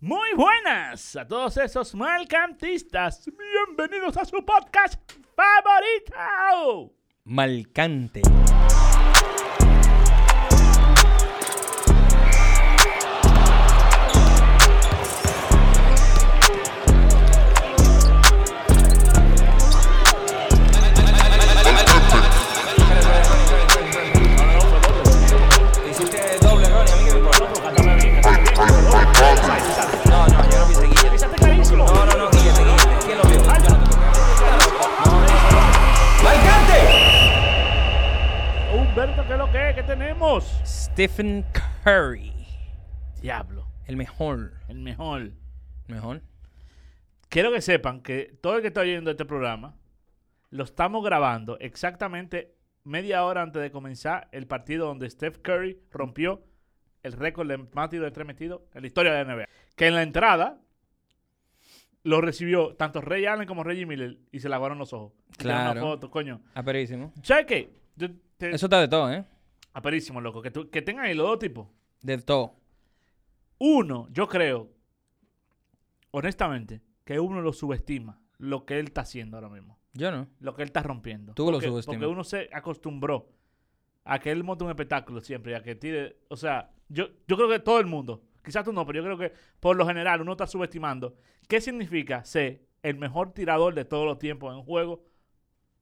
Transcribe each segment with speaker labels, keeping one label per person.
Speaker 1: Muy buenas a todos esos malcantistas. Bienvenidos a su podcast favorito.
Speaker 2: Malcante.
Speaker 3: Hiciste doble Ronnie, a mí que me importa. No, no, yo no viste guillete.
Speaker 1: Está clarísimo.
Speaker 3: No, no, no, guillete, guillete. ¿Quién lo vio? Yo no te toqué. ¡Malcante!
Speaker 1: Humberto, ¿qué es lo que es? ¿Qué tenemos?
Speaker 2: Stephen Curry.
Speaker 1: Diablo,
Speaker 2: El mejor.
Speaker 1: el mejor.
Speaker 2: ¿Mejor?
Speaker 1: Quiero que sepan que todo el que está oyendo este programa lo estamos grabando exactamente media hora antes de comenzar el partido donde Steph Curry rompió el récord de más tiros de tres metidos en la historia de la NBA. Que en la entrada lo recibió tanto Ray Allen como Reggie Miller y se lavaron los ojos. Tiraron una
Speaker 2: Claro.
Speaker 1: foto, coño.
Speaker 2: Aperísimo.
Speaker 1: ¿Sabes qué? Yo te-
Speaker 2: Ah, Eso está de todo, ¿eh?
Speaker 1: Aperísimo, loco. Que, tú- que tengan ahí los dos tipos.
Speaker 2: De todo.
Speaker 1: Uno, yo creo, honestamente, que uno lo subestima lo que él está haciendo ahora mismo.
Speaker 2: Yo no.
Speaker 1: lo que él está rompiendo.
Speaker 2: Tú lo
Speaker 1: Porque-
Speaker 2: subestimas.
Speaker 1: Porque uno se acostumbró a que él monte un espectáculo siempre, a que tire. O sea, yo, yo creo que todo el mundo, quizás tú no, pero yo creo que por lo general uno está subestimando qué significa ser el mejor tirador de todos los tiempos en un juego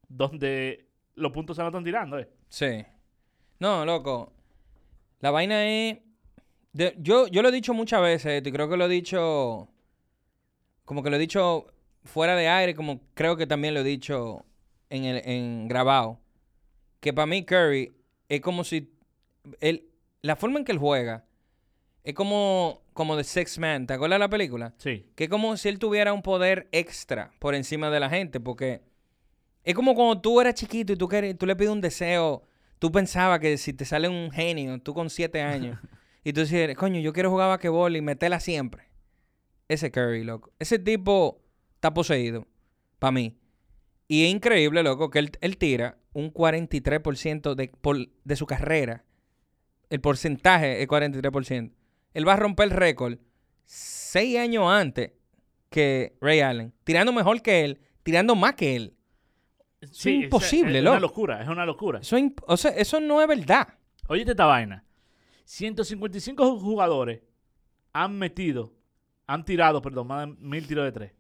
Speaker 1: donde los puntos se lo están tirando. ¿eh?
Speaker 2: Sí. No, loco. La vaina es. de- yo, yo lo he dicho muchas veces esto y creo que lo he dicho. Como que lo he dicho fuera de aire, como creo que también lo he dicho en, el, en grabado. Que para mí Curry es como si. él- la forma en que él juega es como, como de Sex Man. ¿Te acuerdas de la película?
Speaker 1: Sí.
Speaker 2: Que es como si él tuviera un poder extra por encima de la gente, porque es como cuando tú eras chiquito y tú, querías- tú le pides un deseo, tú pensabas que si te sale un genio, tú con siete años, y tú dices, coño, yo quiero jugar basquetbol y meterla siempre. Ese Curry, loco. Ese tipo está poseído, para mí. Y es increíble, loco, que él, él tira un 43% de, por- de su carrera. El porcentaje es 43%. Él va a romper el récord seis años antes que Ray Allen. Tirando mejor que él, tirando más que él.
Speaker 1: Sí, esa-
Speaker 2: imposible,
Speaker 1: es,
Speaker 2: loco.
Speaker 1: una locura, es una locura.
Speaker 2: Eso, es imp- o sea, eso no es verdad.
Speaker 1: Oye esta vaina. 155 jugadores han metido, han tirado, perdón, más de mil tiros de tres.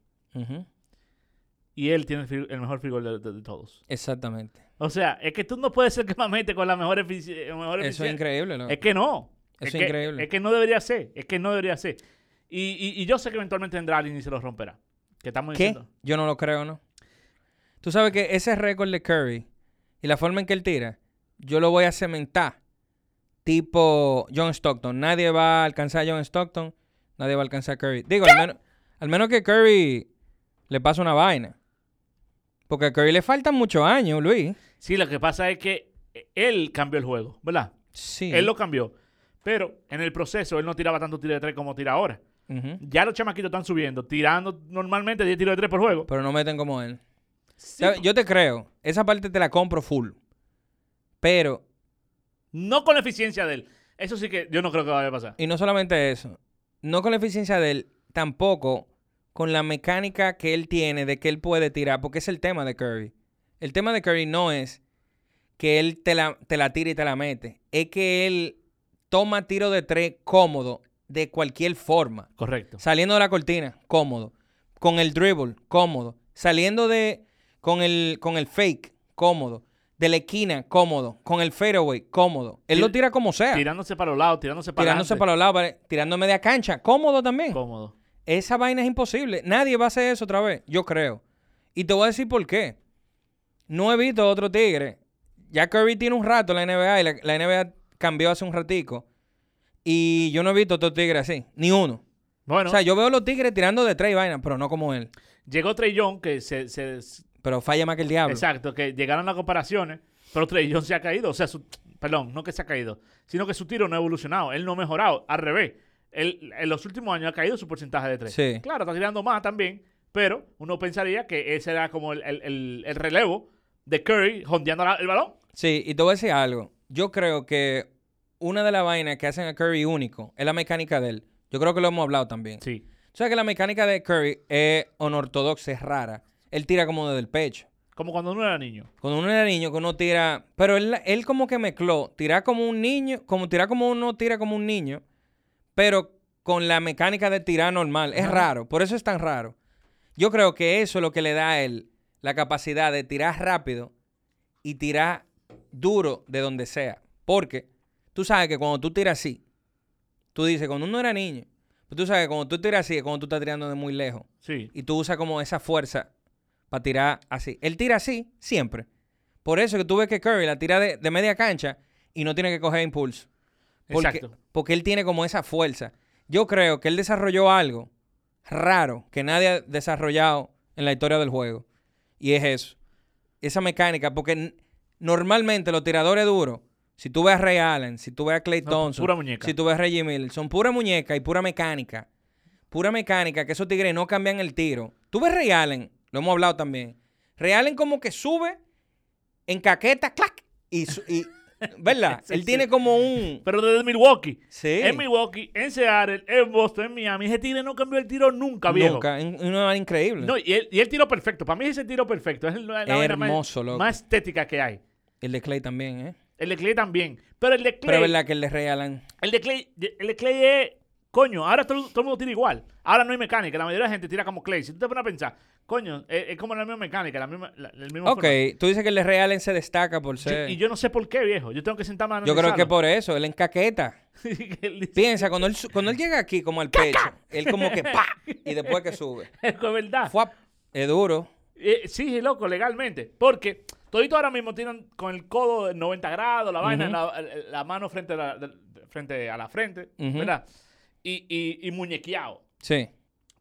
Speaker 1: Y él tiene el, fi- el mejor frigor de, de- de todos.
Speaker 2: Exactamente.
Speaker 1: O sea, es que tú no puedes ser que más mete con la mejor, efici- eh, mejor
Speaker 2: Eso es
Speaker 1: eficiencia.
Speaker 2: increíble, loco.
Speaker 1: Es que no.
Speaker 2: Eso es
Speaker 1: que-
Speaker 2: increíble.
Speaker 1: Es que no debería ser. Es que no debería ser. Y, y- y yo sé que eventualmente vendrá alguien y se lo romperá. Que estamos
Speaker 2: ¿Qué?
Speaker 1: diciendo.
Speaker 2: Yo no lo creo, ¿no? Tú sabes que ese récord de Curry y la forma en que él tira, yo lo voy a cementar. Tipo John Stockton. Nadie va a alcanzar a John Stockton. Nadie va a alcanzar a Curry. Digo, al menos, al menos que Curry le pase una vaina. Porque a Curry le faltan muchos años, Luis.
Speaker 1: Sí, lo que pasa es que eh, él cambió el juego, ¿verdad?
Speaker 2: Sí.
Speaker 1: Él lo cambió. Pero en el proceso él no tiraba tanto tiro de tres como tira ahora.
Speaker 2: Ujú.
Speaker 1: Ya los chamaquitos están subiendo, tirando normalmente 10 tiros de tres por juego.
Speaker 2: Pero no meten como él.
Speaker 1: Sí,
Speaker 2: ¿Sabes? Yo te creo. Esa parte te la compro full. Pero
Speaker 1: No con la eficiencia de él. Eso sí que yo no creo que vaya a pasar.
Speaker 2: Y no solamente eso, no con la eficiencia de él, tampoco con la mecánica que él tiene de que él puede tirar, porque es el tema de Curry. El tema de Curry no es que él te la, te la tira y te la mete, es que él toma tiro de tres cómodo de cualquier forma.
Speaker 1: Correcto.
Speaker 2: Saliendo de la cortina, cómodo. Con el dribble, cómodo. Saliendo de. Con el, con el fake, cómodo. De la esquina, cómodo. Con el fadeaway, cómodo. Él
Speaker 1: Tir-
Speaker 2: lo tira como sea.
Speaker 1: Tirándose para los lados, tirándose para
Speaker 2: tirándose para los lados, pare- tirando en media cancha, cómodo también.
Speaker 1: Cómodo.
Speaker 2: Esa vaina es imposible. Nadie va a hacer eso otra vez, yo creo. Y te voy a decir por qué. No he visto otro tigre. Ya Curry tiene un rato en la NBA y la, la NBA cambió hace un ratico. Y yo no he visto otro tigre así, ni uno.
Speaker 1: Bueno,
Speaker 2: O sea, yo veo los tigres tirando de tres vainas, pero no como él.
Speaker 1: llegó Trey Young, que se, se-
Speaker 2: Pero falla más que el diablo.
Speaker 1: Exacto, que llegaron las comparaciones, pero Trey Young se ha caído. O sea, su, perdón, no que se ha caído, sino que su tiro no ha evolucionado. Él no ha mejorado, al revés. Él, en los últimos años ha caído su porcentaje de tres.
Speaker 2: Sí.
Speaker 1: Claro, está tirando más también, pero uno pensaría que ese era como el, el- el- el relevo de Curry jondeando la- el balón.
Speaker 2: Sí, y te voy a decir algo. Yo creo que una de las vainas que hacen a Curry único es la mecánica de él. Yo creo que lo hemos hablado también.
Speaker 1: Sí.
Speaker 2: O sea que la mecánica de Curry es unortodoxa, es rara. Él tira como desde el pecho.
Speaker 1: Como cuando uno era niño.
Speaker 2: Cuando uno era niño, que uno tira. Pero él, él como que mezcló. Tirar como un niño. Como tirar como uno tira como un niño. Pero con la mecánica de tirar normal. Es raro. Por eso es tan raro. Yo creo que eso es lo que le da a él la capacidad de tirar rápido y tirar duro de donde sea. Porque tú sabes que cuando tú tiras así, tú dices, cuando uno era niño, pues tú sabes que cuando tú tiras así es cuando tú estás tirando de muy lejos
Speaker 1: Sí.
Speaker 2: y tú usas como esa fuerza para tirar así. Él tira así siempre. Por eso que tú ves que Curry la tira de, de media cancha y no tiene que coger impulso. Porque,
Speaker 1: Exacto.
Speaker 2: Porque él tiene como esa fuerza. Yo creo que él desarrolló algo raro que nadie ha desarrollado en la historia del juego. Y es eso. Esa mecánica. Porque n- normalmente los tiradores duros, si tú ves a Ray Allen, si tú ves a Clay
Speaker 1: No,
Speaker 2: Thompson,
Speaker 1: pura muñeca.
Speaker 2: si tú ves a Reggie Miller, son pura muñeca y pura mecánica. Pura mecánica, que esos tigres no cambian el tiro. Tú ves Ray Allen, lo hemos hablado también. Ray Allen como que sube en caqueta, clac, y... su- y- ¿Verdad?
Speaker 1: Sí,
Speaker 2: él
Speaker 1: sí.
Speaker 2: tiene como un...
Speaker 1: Pero desde Milwaukee.
Speaker 2: Sí.
Speaker 1: En Milwaukee, en Seattle, en Boston, en Miami. Ese tiro no cambió el tiro nunca, viejo.
Speaker 2: Nunca, en- en una manera increíble.
Speaker 1: No, y el, y el tiro perfecto. Para mí ese tiro perfecto. Es el- la, vaina más-
Speaker 2: Hermoso, loco.
Speaker 1: más estética que hay.
Speaker 2: El de Clay también, ¿eh?
Speaker 1: El de Clay también. Pero el de
Speaker 2: Pero
Speaker 1: Clay.
Speaker 2: es verdad que el de Ray Allen...
Speaker 1: el, de Clay el de Clay es. Coño, ahora todo, todo el mundo tira igual. Ahora no hay mecánica. La mayoría de la gente tira como Clay. Si tú te pones a pensar, coño, es, es como la misma mecánica, la misma, la- el mismo
Speaker 2: Ok, tú dices que el de Ray Allen se destaca por
Speaker 1: formato.
Speaker 2: ser...
Speaker 1: Y yo no sé por qué, viejo. Yo tengo que sentarme a
Speaker 2: Yo creo que
Speaker 1: analizarlo.
Speaker 2: por eso, él encaqueta.
Speaker 1: Que él dice,
Speaker 2: Piensa, cuando él, su- cuando él llega aquí como al pecho, él como que pa y después que sube.
Speaker 1: es verdad.
Speaker 2: Fuap, es duro.
Speaker 1: Eh, sí, loco, legalmente. Porque todito ahora mismo tienen con el codo de 90 grados, la vaina, la, la mano frente a la, de- frente, a la frente,
Speaker 2: Ujú.
Speaker 1: ¿verdad? Y, y, y muñequeado.
Speaker 2: Sí.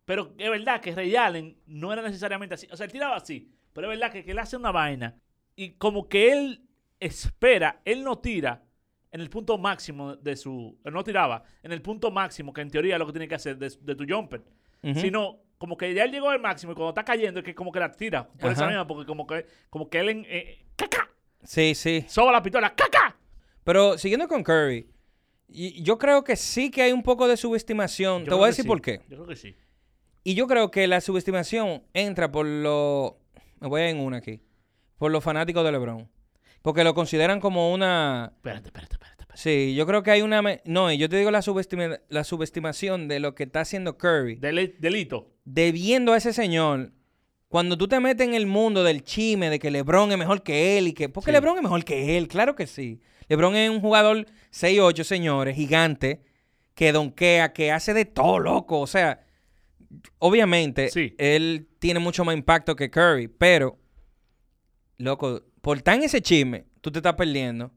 Speaker 1: Pero es verdad que Ray Allen no era necesariamente así. O sea, él tiraba así. Pero es verdad que, que él hace una vaina y como que él espera, él no tira en el punto máximo de su... él no tiraba en el punto máximo, que en teoría es lo que tiene que hacer de, de tu jumper.
Speaker 2: Ujú.
Speaker 1: Sino como que ya él llegó al máximo y cuando está cayendo es que como que la tira. Por esa
Speaker 2: Ajá.
Speaker 1: misma, porque como que, como que él en, eh, ¡caca!
Speaker 2: Sí, sí.
Speaker 1: soba la pistola, ¡caca!
Speaker 2: Pero siguiendo con Curry, y- yo creo que sí que hay un poco de subestimación.
Speaker 1: Yo
Speaker 2: Te
Speaker 1: creo
Speaker 2: voy a
Speaker 1: que
Speaker 2: decir
Speaker 1: sí.
Speaker 2: por qué.
Speaker 1: Yo creo que sí.
Speaker 2: Y yo creo que la subestimación entra por lo... Me voy en una aquí. Por los fanáticos de LeBron. Porque lo consideran como una...
Speaker 1: Espérate, espérate, espérate. espérate.
Speaker 2: Sí, yo creo que hay una... me- No, y yo te digo la, subestima- la subestimación de lo que está haciendo Curry.
Speaker 1: Dele- delito.
Speaker 2: debiendo a ese señor, cuando tú te metes en el mundo del chisme de que LeBron es mejor que él y que... Porque
Speaker 1: Sí.
Speaker 2: LeBron es mejor que él, claro que sí. LeBron es un jugador 6'8", señores, gigante, que donquea, que hace de todo, loco. O sea, obviamente,
Speaker 1: Sí.
Speaker 2: él tiene mucho más impacto que Curry, pero, loco, por tan ese chisme, tú te estás perdiendo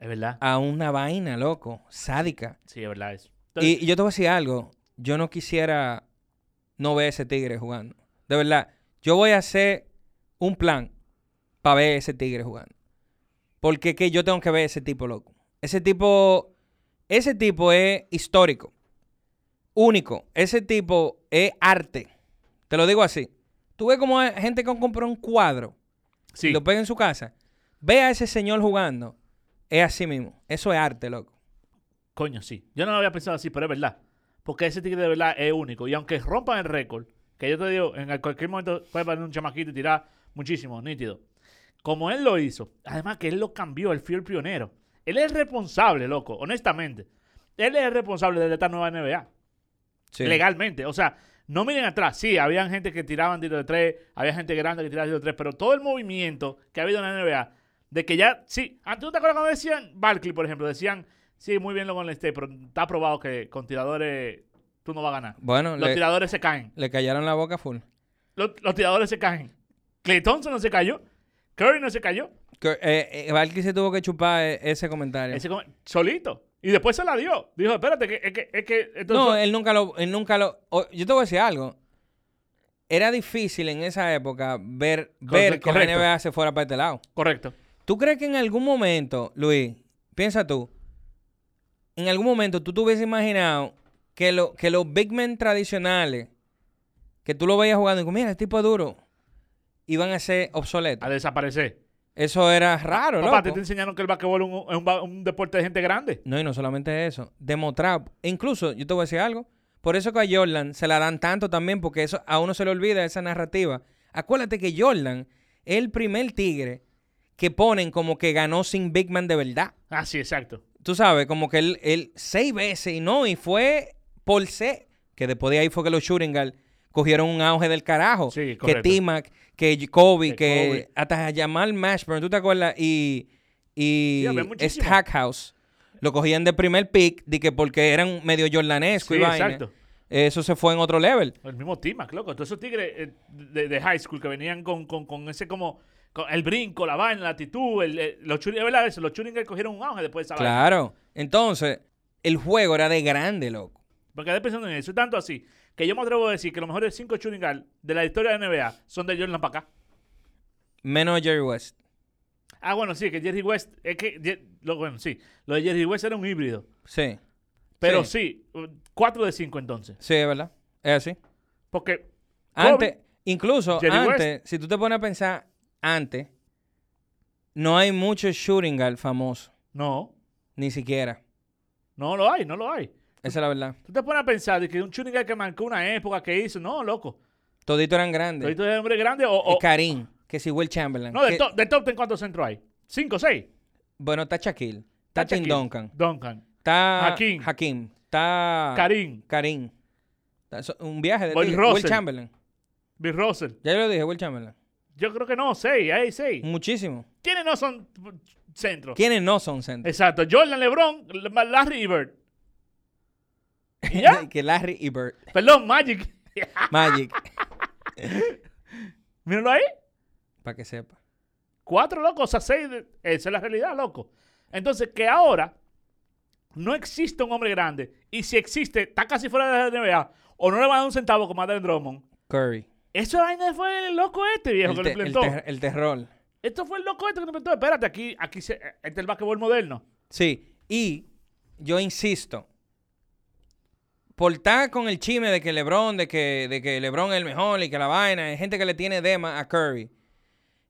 Speaker 1: Es verdad.
Speaker 2: a una vaina, loco, sádica.
Speaker 1: Sí, es verdad eso. Entonces-
Speaker 2: Y, y yo te voy a decir algo. Yo no quisiera no ver ese tigre jugando. De verdad. Yo voy a hacer un plan para ver ese tigre jugando. Porque que yo tengo que ver ese tipo, loco. Ese tipo. Ese tipo es histórico. Único. Ese tipo es arte. Te lo digo así. Tú ves como hay gente que compró un cuadro
Speaker 1: sí.
Speaker 2: y lo pega en su casa. Ve a ese señor jugando. Es así mismo. Eso es arte, loco.
Speaker 1: Coño, sí. Yo no lo había pensado así, pero es verdad. Porque ese tigre de verdad es único. Y aunque rompan el récord, que yo te digo, en cualquier momento puede venir un chamaquito y tirar muchísimo, nítido. Como él lo hizo, además que él lo cambió, él fue el pionero. Él es responsable, loco, honestamente. Él es el responsable de esta nueva NBA,
Speaker 2: Sí.
Speaker 1: legalmente. O sea, no miren atrás. Sí, había gente que tiraban tiro de tres, había gente grande que tiraba tiro de tres, pero todo el movimiento que ha habido en la NBA, de que ya, sí, antes no te acuerdas cuando decían, Barkley, por ejemplo, decían, sí, muy bien lo con el state, pero está probado que con tiradores tú no vas a ganar.
Speaker 2: Bueno,
Speaker 1: Los
Speaker 2: le-
Speaker 1: tiradores se caen.
Speaker 2: Le callaron la boca full.
Speaker 1: Los, los tiradores se caen. Clay Thompson no se cayó. Curry no se cayó.
Speaker 2: Que, eh, eh, Valky se tuvo que chupar eh, ese comentario.
Speaker 1: Ese como- solito. Y después se la dio. Dijo, espérate, que, es que, es que estos
Speaker 2: no, eh.
Speaker 1: son-
Speaker 2: él nunca lo... Él nunca lo o- yo te voy a decir algo. Era difícil en esa época ver, ver que la
Speaker 1: correcto.
Speaker 2: NBA se fuera para este lado.
Speaker 1: Correcto.
Speaker 2: ¿Tú crees que en algún momento, Luis, piensa tú, en algún momento tú te hubieses imaginado que, lo- que los big men tradicionales, que tú lo veías jugando y digo, mira, el tipo es duro, iban a ser
Speaker 1: A
Speaker 2: obsoletos?
Speaker 1: desaparecer.
Speaker 2: Eso era raro,
Speaker 1: Papá,
Speaker 2: loco.
Speaker 1: te, te enseñaron que el basquetbol es un, es un ba- un deporte de gente grande.
Speaker 2: No, y no solamente eso, demostrar, e incluso yo te voy a decir algo, Por eso que a Jordan se la dan tanto también, porque eso a uno se le olvida esa narrativa. Acuérdate que Jordan es el primer tigre que ponen como que ganó sin Big Man de verdad.
Speaker 1: Ah, sí, exacto.
Speaker 2: Tú sabes, como que él, él seis veces y no, y fue por C, que después de ahí fue que los Shooting Guard cogieron un auge del carajo.
Speaker 1: Sí,
Speaker 2: que
Speaker 1: correcto.
Speaker 2: T-Mac, que Kobe,
Speaker 1: Que
Speaker 2: que,
Speaker 1: Kobe.
Speaker 2: hasta Jamal Mashburn, ¿tú te acuerdas? Y, y
Speaker 1: Sí, había muchísimo.
Speaker 2: Stackhouse. Lo cogían de primer pick de que porque eran medio jordanesco
Speaker 1: Sí,
Speaker 2: y vaina.
Speaker 1: exacto. Ah,
Speaker 2: Eso se fue en otro level.
Speaker 1: El mismo Timac, loco. Todos esos tigres eh, de, de high school que venían con, con- con ese como... con el brinco, la vaina, la actitud, el, el- los shooting- es verdad eso, los shooting guard cogieron un auge después de esa vaina.
Speaker 2: Claro. Entonces, el juego era de grande, loco.
Speaker 1: Me quedé pensando en eso. Es tanto así que yo me atrevo a decir que los mejores cinco shooting guard de la historia de NBA son de Jordan para acá.
Speaker 2: Menos Jerry West.
Speaker 1: Ah, bueno, sí, que Jerry West... Es que... Ye- Lo, bueno, sí. Lo de Jerry West era un híbrido.
Speaker 2: Sí.
Speaker 1: Pero sí, eh, cuatro de cinco entonces.
Speaker 2: Sí, es verdad. Es así.
Speaker 1: Porque... Kobe-
Speaker 2: Antes, incluso
Speaker 1: Jerry
Speaker 2: antes, si tú te pones a pensar, antes, no hay mucho shooting guard famoso.
Speaker 1: No,
Speaker 2: Ni siquiera.
Speaker 1: no lo hay, no lo hay.
Speaker 2: Esa es la verdad.
Speaker 1: Tú te pones a pensar de que un shooting guard que marcó una época que hizo, no, loco.
Speaker 2: Toditos eran grandes.
Speaker 1: Todito de hombre grande o. o-
Speaker 2: Eh, Karim, que si Will Chamberlain.
Speaker 1: no, de,
Speaker 2: que-
Speaker 1: top, de top ten cuántos centros hay. ¿Cinco, seis?
Speaker 2: Bueno, está Shaquille. Está Tim
Speaker 1: Shaquille,
Speaker 2: Duncan.
Speaker 1: Duncan.
Speaker 2: Está
Speaker 1: Hakeem.
Speaker 2: Hakeem. Está
Speaker 1: Karim.
Speaker 2: Karim. Está- so- Un viaje de
Speaker 1: Will
Speaker 2: Will,
Speaker 1: Russell.
Speaker 2: Chamberlain.
Speaker 1: Bill Russell.
Speaker 2: Ya yo lo dije, Will Chamberlain.
Speaker 1: Yo creo que no, seis, hay seis.
Speaker 2: Mm. Muchísimo.
Speaker 1: ¿Quiénes no son centros?
Speaker 2: ¿Quiénes no son centros?
Speaker 1: Exacto. Jordan, LeBron, La- Larry y Bird. ¿Y ya?
Speaker 2: que Larry y Bird.
Speaker 1: Perdón, Magic.
Speaker 2: Magic.
Speaker 1: Míralo ahí.
Speaker 2: Para que sepa.
Speaker 1: Cuatro locos, o sea, seis. de- Esa es la realidad, loco. Entonces, que ahora no existe un hombre grande. Y si existe, está casi fuera de la NBA. O no le van a dar un centavo como Adrian Drummond.
Speaker 2: Curry.
Speaker 1: Eso vaina fue el loco este, viejo,
Speaker 2: El,
Speaker 1: que
Speaker 2: te-
Speaker 1: lo
Speaker 2: el
Speaker 1: inventó.
Speaker 2: ter- el terror.
Speaker 1: Esto fue el loco este que lo inventó. Espérate, aquí, aquí se, este es el basquetbol moderno.
Speaker 2: Sí. Y yo insisto. Por estar con el chisme de que LeBron, de que, de que LeBron es el mejor y que la vaina, hay gente que le tiene dema a Curry.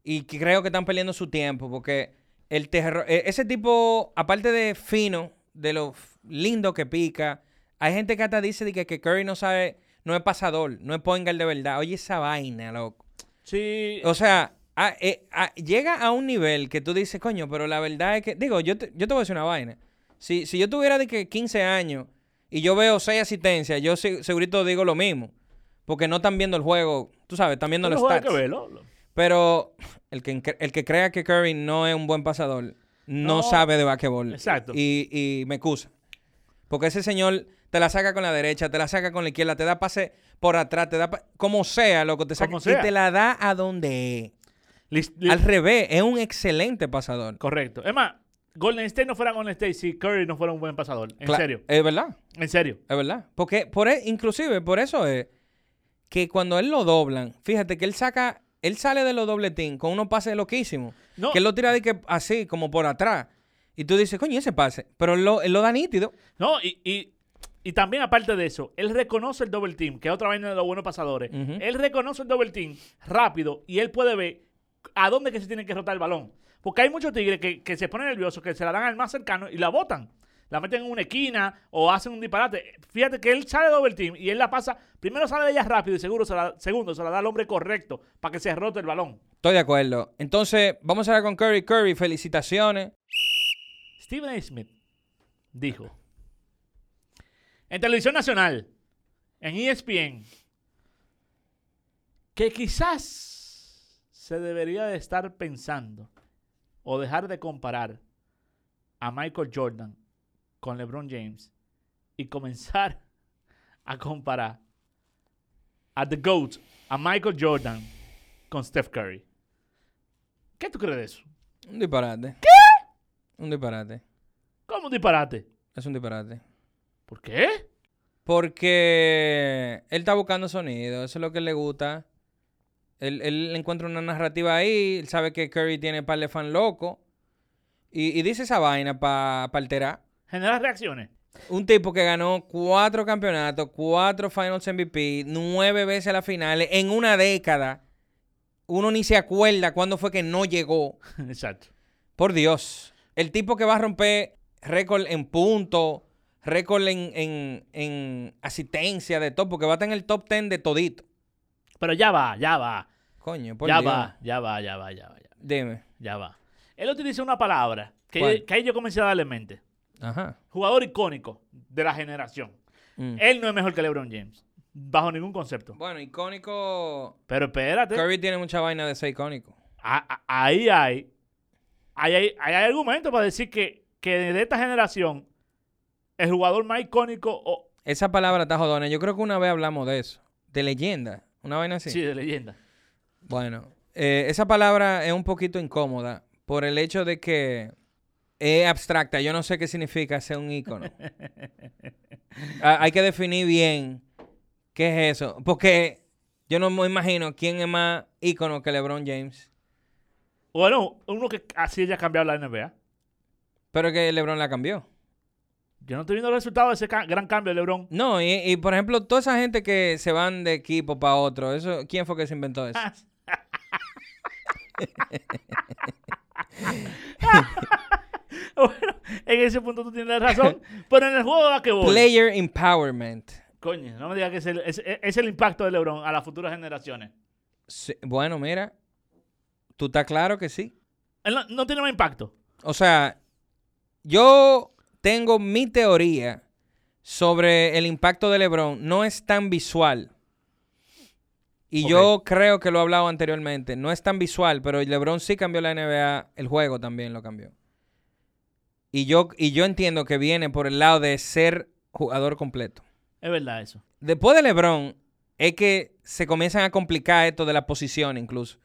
Speaker 2: Y que creo que están perdiendo su tiempo porque el terror, e- ese tipo, aparte de fino, de lo f- lindo que pica, hay gente que hasta dice de que, que Curry no sabe, no es pasador, no es point guard de verdad. Oye, esa vaina, loco.
Speaker 1: Sí.
Speaker 2: O sea, a- eh, a- llega a un nivel que tú dices, coño, pero la verdad es que, digo, yo te, yo te voy a decir una vaina. Si, si yo tuviera de que 15 años y yo veo 6 asistencias, yo se- segurito digo lo mismo. Porque no están viendo el juego, tú sabes, están viendo los stats.
Speaker 1: que verlo.
Speaker 2: Pero el que, encre- el que crea que Curry no es un buen pasador, no,
Speaker 1: No.
Speaker 2: sabe de basquetbol.
Speaker 1: Exacto.
Speaker 2: Y, y me excusa. Porque ese señor te la saca con la derecha, te la saca con la izquierda, te da pase por atrás, te da pa- como sea, loco, te saca
Speaker 1: Como sea.
Speaker 2: y te la da a donde
Speaker 1: Lis- li-
Speaker 2: es. Al revés, es un excelente pasador.
Speaker 1: Correcto. Es más, Golden State no fuera Golden State si Curry no fuera un buen pasador. En
Speaker 2: Cla-
Speaker 1: serio.
Speaker 2: Es verdad,
Speaker 1: En serio.
Speaker 2: es verdad. Porque por e- inclusive por eso es que cuando él lo doblan, fíjate que él saca, él sale de los dobletín con unos pases loquísimos.
Speaker 1: No.
Speaker 2: Que él lo tira de que así, como por atrás. Y tú dices, coño, ese pase. Pero él lo, él lo da nítido.
Speaker 1: No, y, y, y también aparte de eso, él reconoce el double team, que es otra vaina de los buenos pasadores.
Speaker 2: Ujú.
Speaker 1: Él reconoce el double team rápido y él puede ver a dónde que se tiene que rotar el balón. Porque hay muchos tigres que, que se ponen nerviosos, que se la dan al más cercano y la botan. La meten en una esquina o hacen un disparate. Fíjate que él sale de double team y él la pasa. Primero sale de ella rápido y seguro se la, segundo se la da al hombre correcto para que se rote el balón.
Speaker 2: Estoy de acuerdo. Entonces, vamos a hablar con Curry. Curry, felicitaciones.
Speaker 1: Steven A. Smith dijo en televisión nacional, en E ESPN, que quizás se debería de estar pensando o dejar de comparar a Michael Jordan con LeBron James y comenzar a comparar a The GOAT, a Michael Jordan con Steph Curry. ¿Qué tú crees de eso?
Speaker 2: Un disparate. ¿Qué? Un disparate.
Speaker 1: ¿Cómo un disparate?
Speaker 2: Es un disparate.
Speaker 1: ¿Por qué?
Speaker 2: Porque él está buscando sonido. Eso es lo que le gusta. Él, él encuentra una narrativa ahí. Él sabe que Curry tiene par de fan loco. Y, y dice esa vaina para alterar.
Speaker 1: generar reacciones.
Speaker 2: Un tipo que ganó cuatro campeonatos, cuatro Finals MVP, nueve veces a las finales en una década. Uno ni se acuerda cuándo fue que no llegó.
Speaker 1: Exacto.
Speaker 2: Por Dios. El tipo que va a romper récord en punto, récord en, en- en asistencia, de todo, porque va a estar en el top 10 de todito.
Speaker 1: Pero ya va, ya va.
Speaker 2: Coño, por
Speaker 1: ya
Speaker 2: Dios.
Speaker 1: va, ya va, ya va, ya va, ya,
Speaker 2: Dime.
Speaker 1: ya va. Él utiliza una palabra que,
Speaker 2: ¿Cuál?
Speaker 1: que ahí yo comencé a darle mente.
Speaker 2: Ajá.
Speaker 1: Jugador icónico de la generación.
Speaker 2: Mm.
Speaker 1: Él no es mejor que LeBron James, bajo ningún concepto.
Speaker 2: Bueno, icónico.
Speaker 1: Pero espérate,
Speaker 2: Curry tiene mucha vaina de ser icónico.
Speaker 1: a- a- ahí hay, ahí hay, ahí hay argumentos para decir que, que de esta generación el jugador más icónico o
Speaker 2: Esa palabra está jodona. Yo creo que una vez hablamos de eso. De leyenda. Una vaina así.
Speaker 1: sí. de leyenda.
Speaker 2: Bueno, eh, esa palabra es un poquito incómoda por el hecho de que es abstracta. Yo no sé qué significa ser un ícono. Ah, Hay que definir bien qué es eso. Porque yo no me imagino quién es más ícono que LeBron James.
Speaker 1: Bueno, uno que así ella ha cambiado la NBA.
Speaker 2: Pero que LeBron la cambió.
Speaker 1: Yo no estoy viendo el resultado de ese ca- gran cambio de LeBron.
Speaker 2: No, y, y, por ejemplo, toda esa gente que se van de equipo para otro, eso, ¿quién fue que se inventó eso?
Speaker 1: Bueno, en ese punto tú tienes razón. pero en el juego a que voy.
Speaker 2: Player empowerment.
Speaker 1: Coño, no me digas que es el, es, es el impacto de LeBron a las futuras generaciones.
Speaker 2: Sí, Bueno, mira, tú estás claro que sí.
Speaker 1: Él no, no tiene más impacto.
Speaker 2: O sea, yo tengo mi teoría sobre el impacto de LeBron. No es tan visual. Y yo creo que lo he hablado anteriormente. No es tan visual, pero LeBron sí cambió la NBA. El juego también lo cambió. Y yo, y yo entiendo que viene por el lado de ser jugador completo.
Speaker 1: Es verdad eso.
Speaker 2: Después de LeBron, es que se comienzan a complicar esto de la posición incluso.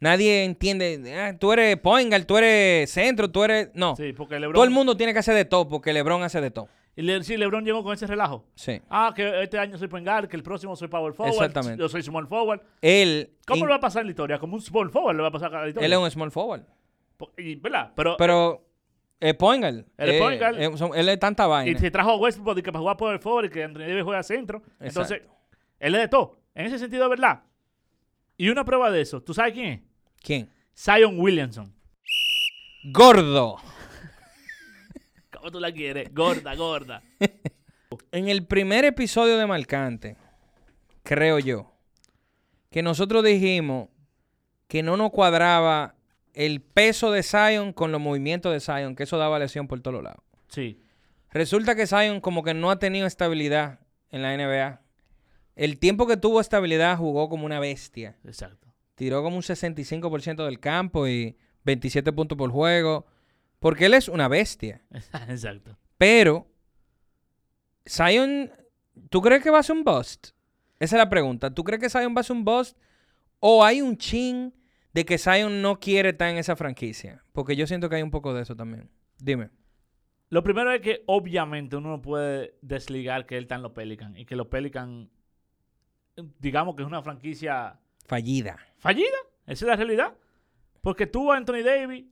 Speaker 2: Nadie entiende, "Ah, tú eres point guard, tú eres centro, tú eres... No,
Speaker 1: Sí, porque LeBron.
Speaker 2: todo el mundo tiene que hacer de todo porque LeBron hace de todo.
Speaker 1: y Le, sí, LeBron llegó con ese relajo.
Speaker 2: Sí.
Speaker 1: Ah, que este año soy point guard, que el próximo soy power forward.
Speaker 2: Exactamente.
Speaker 1: Yo soy small forward.
Speaker 2: Él,
Speaker 1: ¿Cómo
Speaker 2: in-
Speaker 1: lo va a pasar en la historia? Como un small forward lo va a pasar a la historia.
Speaker 2: él es un small forward,
Speaker 1: Po- y- ¿Verdad? Pero,
Speaker 2: pero es point guard.
Speaker 1: Él es
Speaker 2: Eh,
Speaker 1: point guard.
Speaker 2: eh, son- él es tanta
Speaker 1: y
Speaker 2: vaina.
Speaker 1: se trajo a Westbrook de que para jugar power forward y que Anthony Davis juega centro. Entonces,
Speaker 2: Exacto.
Speaker 1: él es de todo. En ese sentido, es ¿verdad? Y una prueba de eso. ¿Tú sabes quién es?
Speaker 2: ¿Quién?
Speaker 1: Zion Williamson.
Speaker 2: Gordo.
Speaker 1: ¿Cómo tú la quieres? Gorda, gorda.
Speaker 2: En el primer episodio de Marcante, creo yo, que nosotros dijimos que no nos cuadraba el peso de Zion con los movimientos de Zion, que eso daba lesión por todos lados.
Speaker 1: Sí.
Speaker 2: Resulta que Zion como que no ha tenido estabilidad en la NBA. El tiempo que tuvo estabilidad jugó como una bestia.
Speaker 1: Exacto.
Speaker 2: Tiró como un 65% del campo y 27 puntos por juego. Porque él es una bestia.
Speaker 1: Exacto.
Speaker 2: Pero, Zion, ¿tú crees que va a ser un bust? Esa es la pregunta. ¿Tú crees que Zion va a ser un bust? ¿O hay un chin de que Zion no quiere estar en esa franquicia? Porque yo siento que hay un poco de eso también. Dime.
Speaker 1: Lo primero es que obviamente uno no puede desligar que él está en los Pelican y que los Pelican, digamos que es una franquicia
Speaker 2: Fallida.
Speaker 1: fallida. Esa es la realidad. Porque tú, Anthony Davis,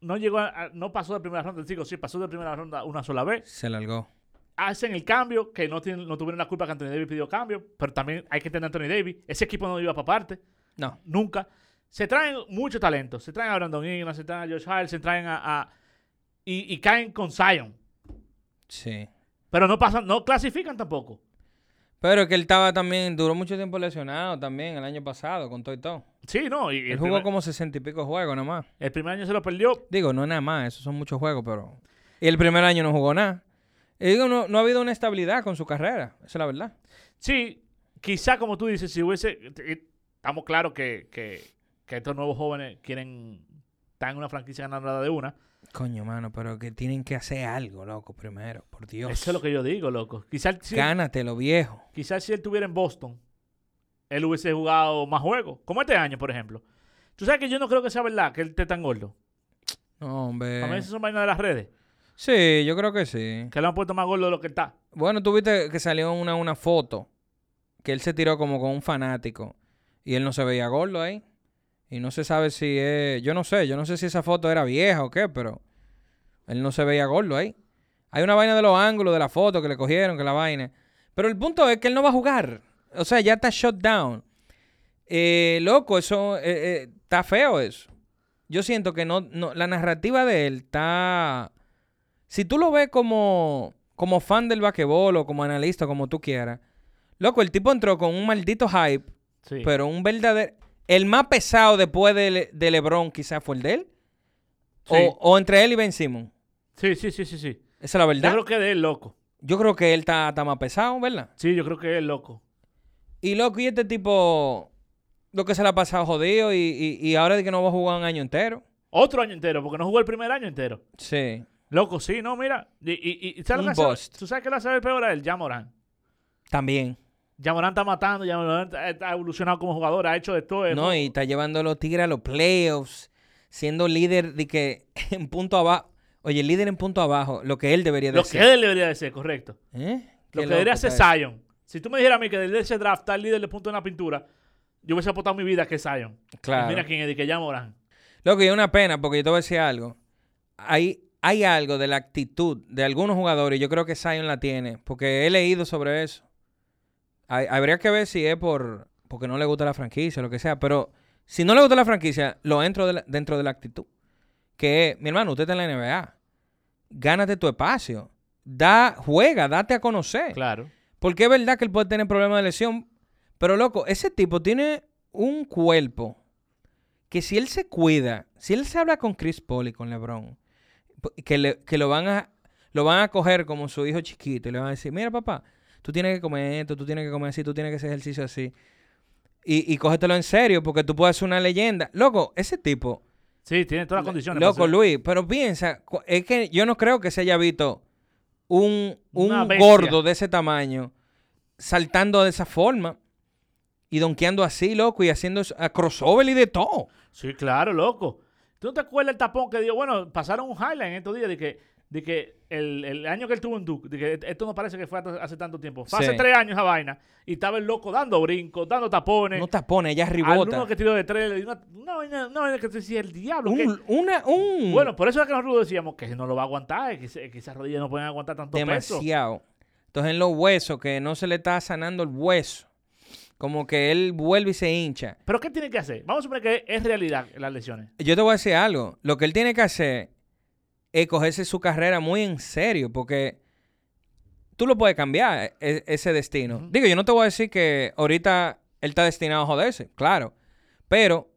Speaker 1: no llegó, a- a- no pasó de primera ronda. Digo, sí, pasó de primera ronda una sola vez.
Speaker 2: Se largó.
Speaker 1: Hacen el cambio, que no, tienen, no tuvieron la culpa que Anthony Davis pidió cambio, pero también hay que entender a Anthony Davis. Ese equipo no iba para parte.
Speaker 2: No.
Speaker 1: Nunca. Se traen mucho talento. Se traen a Brandon Ingram, se traen a Josh Hart, se traen a... a- y, y caen con Zion.
Speaker 2: Sí.
Speaker 1: Pero no pasan, no clasifican tampoco.
Speaker 2: Pero que él estaba también, duró mucho tiempo lesionado también el año pasado con todo y todo.
Speaker 1: Sí, no. Y, y
Speaker 2: Él
Speaker 1: el,
Speaker 2: jugó
Speaker 1: primer,
Speaker 2: como 60 y pico juegos nada más.
Speaker 1: el primer año se lo perdió.
Speaker 2: Digo, no nada más, esos son muchos juegos, pero... Y el primer año no jugó nada. Y digo, no, no ha habido una estabilidad con su carrera, esa es la verdad.
Speaker 1: Sí, quizá como tú dices, si hubiese. eh, Estamos claros que, que- que estos nuevos jóvenes quieren. Están en una franquicia ganadora de una.
Speaker 2: Coño, mano, pero que tienen que hacer algo, loco, primero, por Dios.
Speaker 1: Eso es lo que yo digo, loco. Quizás si,
Speaker 2: Gánatelo, viejo.
Speaker 1: quizás si él estuviera en Boston, él hubiese jugado más juegos. Como este año, por ejemplo. Tú sabes que yo no creo que sea verdad que él esté tan gordo.
Speaker 2: No, hombre.
Speaker 1: Para mí, eso son vainas de las redes.
Speaker 2: Sí, yo creo que sí.
Speaker 1: Que lo han puesto más gordo de lo que él está.
Speaker 2: Bueno, tú viste que salió una, una foto que él se tiró como con un fanático y él no se veía gordo ahí. Y no se sabe si es... Yo no sé, yo no sé si esa foto era vieja o qué, pero él no se veía gordo ahí. Hay una vaina de los ángulos de la foto que le cogieron, que la vaina. Pero el punto es que él no va a jugar. O sea, ya está shut down. Eh, loco, eso eh, eh, está feo eso. Yo siento que no, no- la narrativa de él está... Si tú lo ves como, como fan del basquetbol o como analista, como tú quieras. Loco, el tipo entró con un maldito hype,
Speaker 1: Sí.
Speaker 2: pero un verdadero... El más pesado después de, Le- de LeBron quizás fue el de él. O,
Speaker 1: Sí.
Speaker 2: o entre él y Ben Simmons.
Speaker 1: sí, sí, sí, sí, sí.
Speaker 2: Esa es la
Speaker 1: Yo
Speaker 2: verdad.
Speaker 1: creo que de él loco.
Speaker 2: él está, está más pesado, ¿verdad?
Speaker 1: Sí, yo creo que es loco.
Speaker 2: Y loco, y este tipo, lo que se le ha pasado jodido y, y- y ahora de que no va a jugar un año entero.
Speaker 1: Otro año entero, porque no jugó el primer año entero.
Speaker 2: Sí.
Speaker 1: Loco, sí, no, mira. Y, y, y ¿sabes
Speaker 2: Un
Speaker 1: lo que hace-
Speaker 2: bust.
Speaker 1: ¿Tú sabes qué lo hace ver peor a él? Ya Morán.
Speaker 2: También.
Speaker 1: Ya Morán está matando, ya Morán está- está evolucionado como jugador, ha hecho de todo. eso.
Speaker 2: No, y está llevando a los Tigres a los playoffs, siendo líder de que en punto abajo. Oye, líder en punto abajo, lo que él debería
Speaker 1: Lo
Speaker 2: de
Speaker 1: que
Speaker 2: ser.
Speaker 1: él debería de ser, correcto.
Speaker 2: ¿Eh? Qué
Speaker 1: Lo que
Speaker 2: loco
Speaker 1: debería ser
Speaker 2: está eso.
Speaker 1: Zion. Si tú me dijeras a mí que desde ese draft está el líder de punto en la pintura, yo hubiese apostado mi vida que es Zion.
Speaker 2: Claro.
Speaker 1: Y mira quién es, de que ya Morán.
Speaker 2: Loco, y es una pena porque yo te voy a decir algo. Hay, hay algo de la actitud de algunos jugadores, yo creo que Zion la tiene, porque he leído sobre eso. Hay- habría que ver si es por porque no le gusta la franquicia o lo que sea, pero si no le gusta la franquicia, lo entro de la- dentro de la actitud. Que es, mi hermano, usted está en la NBA. Gánate tu espacio. Da, juega, date a conocer.
Speaker 1: Claro.
Speaker 2: Porque es verdad que él puede tener problemas de lesión. Pero, loco, ese tipo tiene un cuerpo que si él se cuida, si él se habla con Chris Paul y con LeBron, po- que, le- que lo, van a, lo van a coger como su hijo chiquito y le van a decir, mira, papá, tú tienes que comer esto, tú tienes que comer así, tú tienes que hacer ejercicio así. Y, y cógetelo en serio porque tú puedes ser una leyenda. Loco, ese tipo...
Speaker 1: Sí, tiene todas las condiciones. para
Speaker 2: Loco,
Speaker 1: ser-
Speaker 2: Luis, pero piensa, cu- es que yo no creo que se haya visto un, un
Speaker 1: Una bestia.
Speaker 2: gordo de ese tamaño saltando de esa forma y donkeando así, loco, y haciendo s- a crossover y de todo.
Speaker 1: Sí, claro, loco. ¿Tú no te acuerdas el tapón que dio? Bueno, pasaron un highlight en estos días de que, de que el, el año que él tuvo en Duke, de que e-, esto no parece que fue hace, hace tanto tiempo. Fue hace
Speaker 2: Sí.
Speaker 1: tres años esa vaina. Y estaba el loco dando brincos, dando tapones.
Speaker 2: No tapones, ella
Speaker 1: Eh, al
Speaker 2: ribota.
Speaker 1: uno que tiró de tres, le dio una, una vaina, una vaina que te decía el diablo. que-
Speaker 2: Un, una, un...
Speaker 1: Bueno, por eso es que nosotros decíamos que no lo va a aguantar, que, se- que esas rodillas no pueden aguantar tanto peso.
Speaker 2: demasiado. Entonces en los huesos, que no se le está sanando el hueso. Como que él vuelve y se hincha.
Speaker 1: Pero ¿qué tiene que hacer? Vamos a suponer que es realidad las lesiones.
Speaker 2: Yo te voy a decir algo. Lo que él tiene que hacer es cogerse su carrera muy en serio, porque tú lo puedes cambiar, e- ese destino.
Speaker 1: Ujú.
Speaker 2: Digo, yo no te voy a decir que ahorita él está destinado a joderse, claro. Pero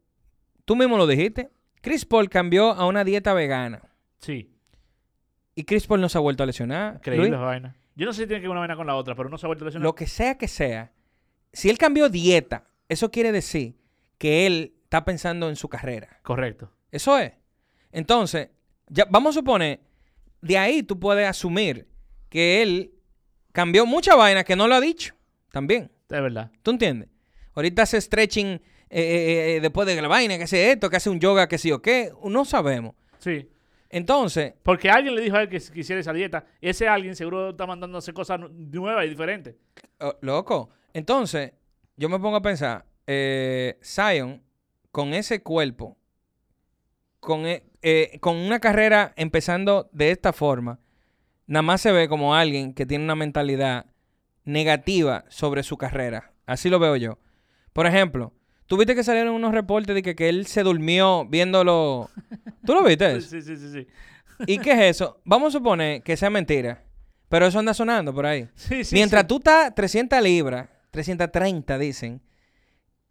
Speaker 2: tú mismo lo dijiste. Chris Paul cambió a una dieta vegana.
Speaker 1: Sí,
Speaker 2: Y Chris Paul no se ha vuelto a lesionar.
Speaker 1: creíble
Speaker 2: Luis.
Speaker 1: esa vaina. Yo no sé si tiene que ver una vaina con la otra, pero no se ha vuelto a lesionar.
Speaker 2: lo que sea que sea, si él cambió dieta, eso quiere decir que él está pensando en su carrera.
Speaker 1: Correcto.
Speaker 2: Eso es. Entonces, ya vamos a suponer, de ahí tú puedes asumir que él cambió mucha vaina que no lo ha dicho también.
Speaker 1: Es verdad.
Speaker 2: ¿Tú entiendes? Ahorita hace stretching eh, eh, eh, después de la vaina, que hace esto, que hace un yoga, que sí o qué. No sabemos.
Speaker 1: Sí.
Speaker 2: Entonces,
Speaker 1: Porque alguien le dijo a él que s- que hiciera esa dieta. Y ese alguien seguro está mandando a hacer cosas nu- nuevas y diferentes.
Speaker 2: oh, loco. Entonces, yo me pongo a pensar, eh, Zion, con ese cuerpo, con, e- eh, con una carrera empezando de esta forma, nada más se ve como alguien que tiene una mentalidad negativa sobre su carrera. Así lo veo yo. Por ejemplo, tuviste que salieron unos reportes de que, que él se durmió viéndolo. ¿Tú lo viste?
Speaker 1: Sí,
Speaker 2: eso?
Speaker 1: sí, sí, sí. Sí,
Speaker 2: ¿Y qué es eso? Vamos a suponer que sea mentira, pero eso anda sonando por ahí.
Speaker 1: sí, sí
Speaker 2: Mientras
Speaker 1: sí.
Speaker 2: tú estás 300 libras, 330 dicen,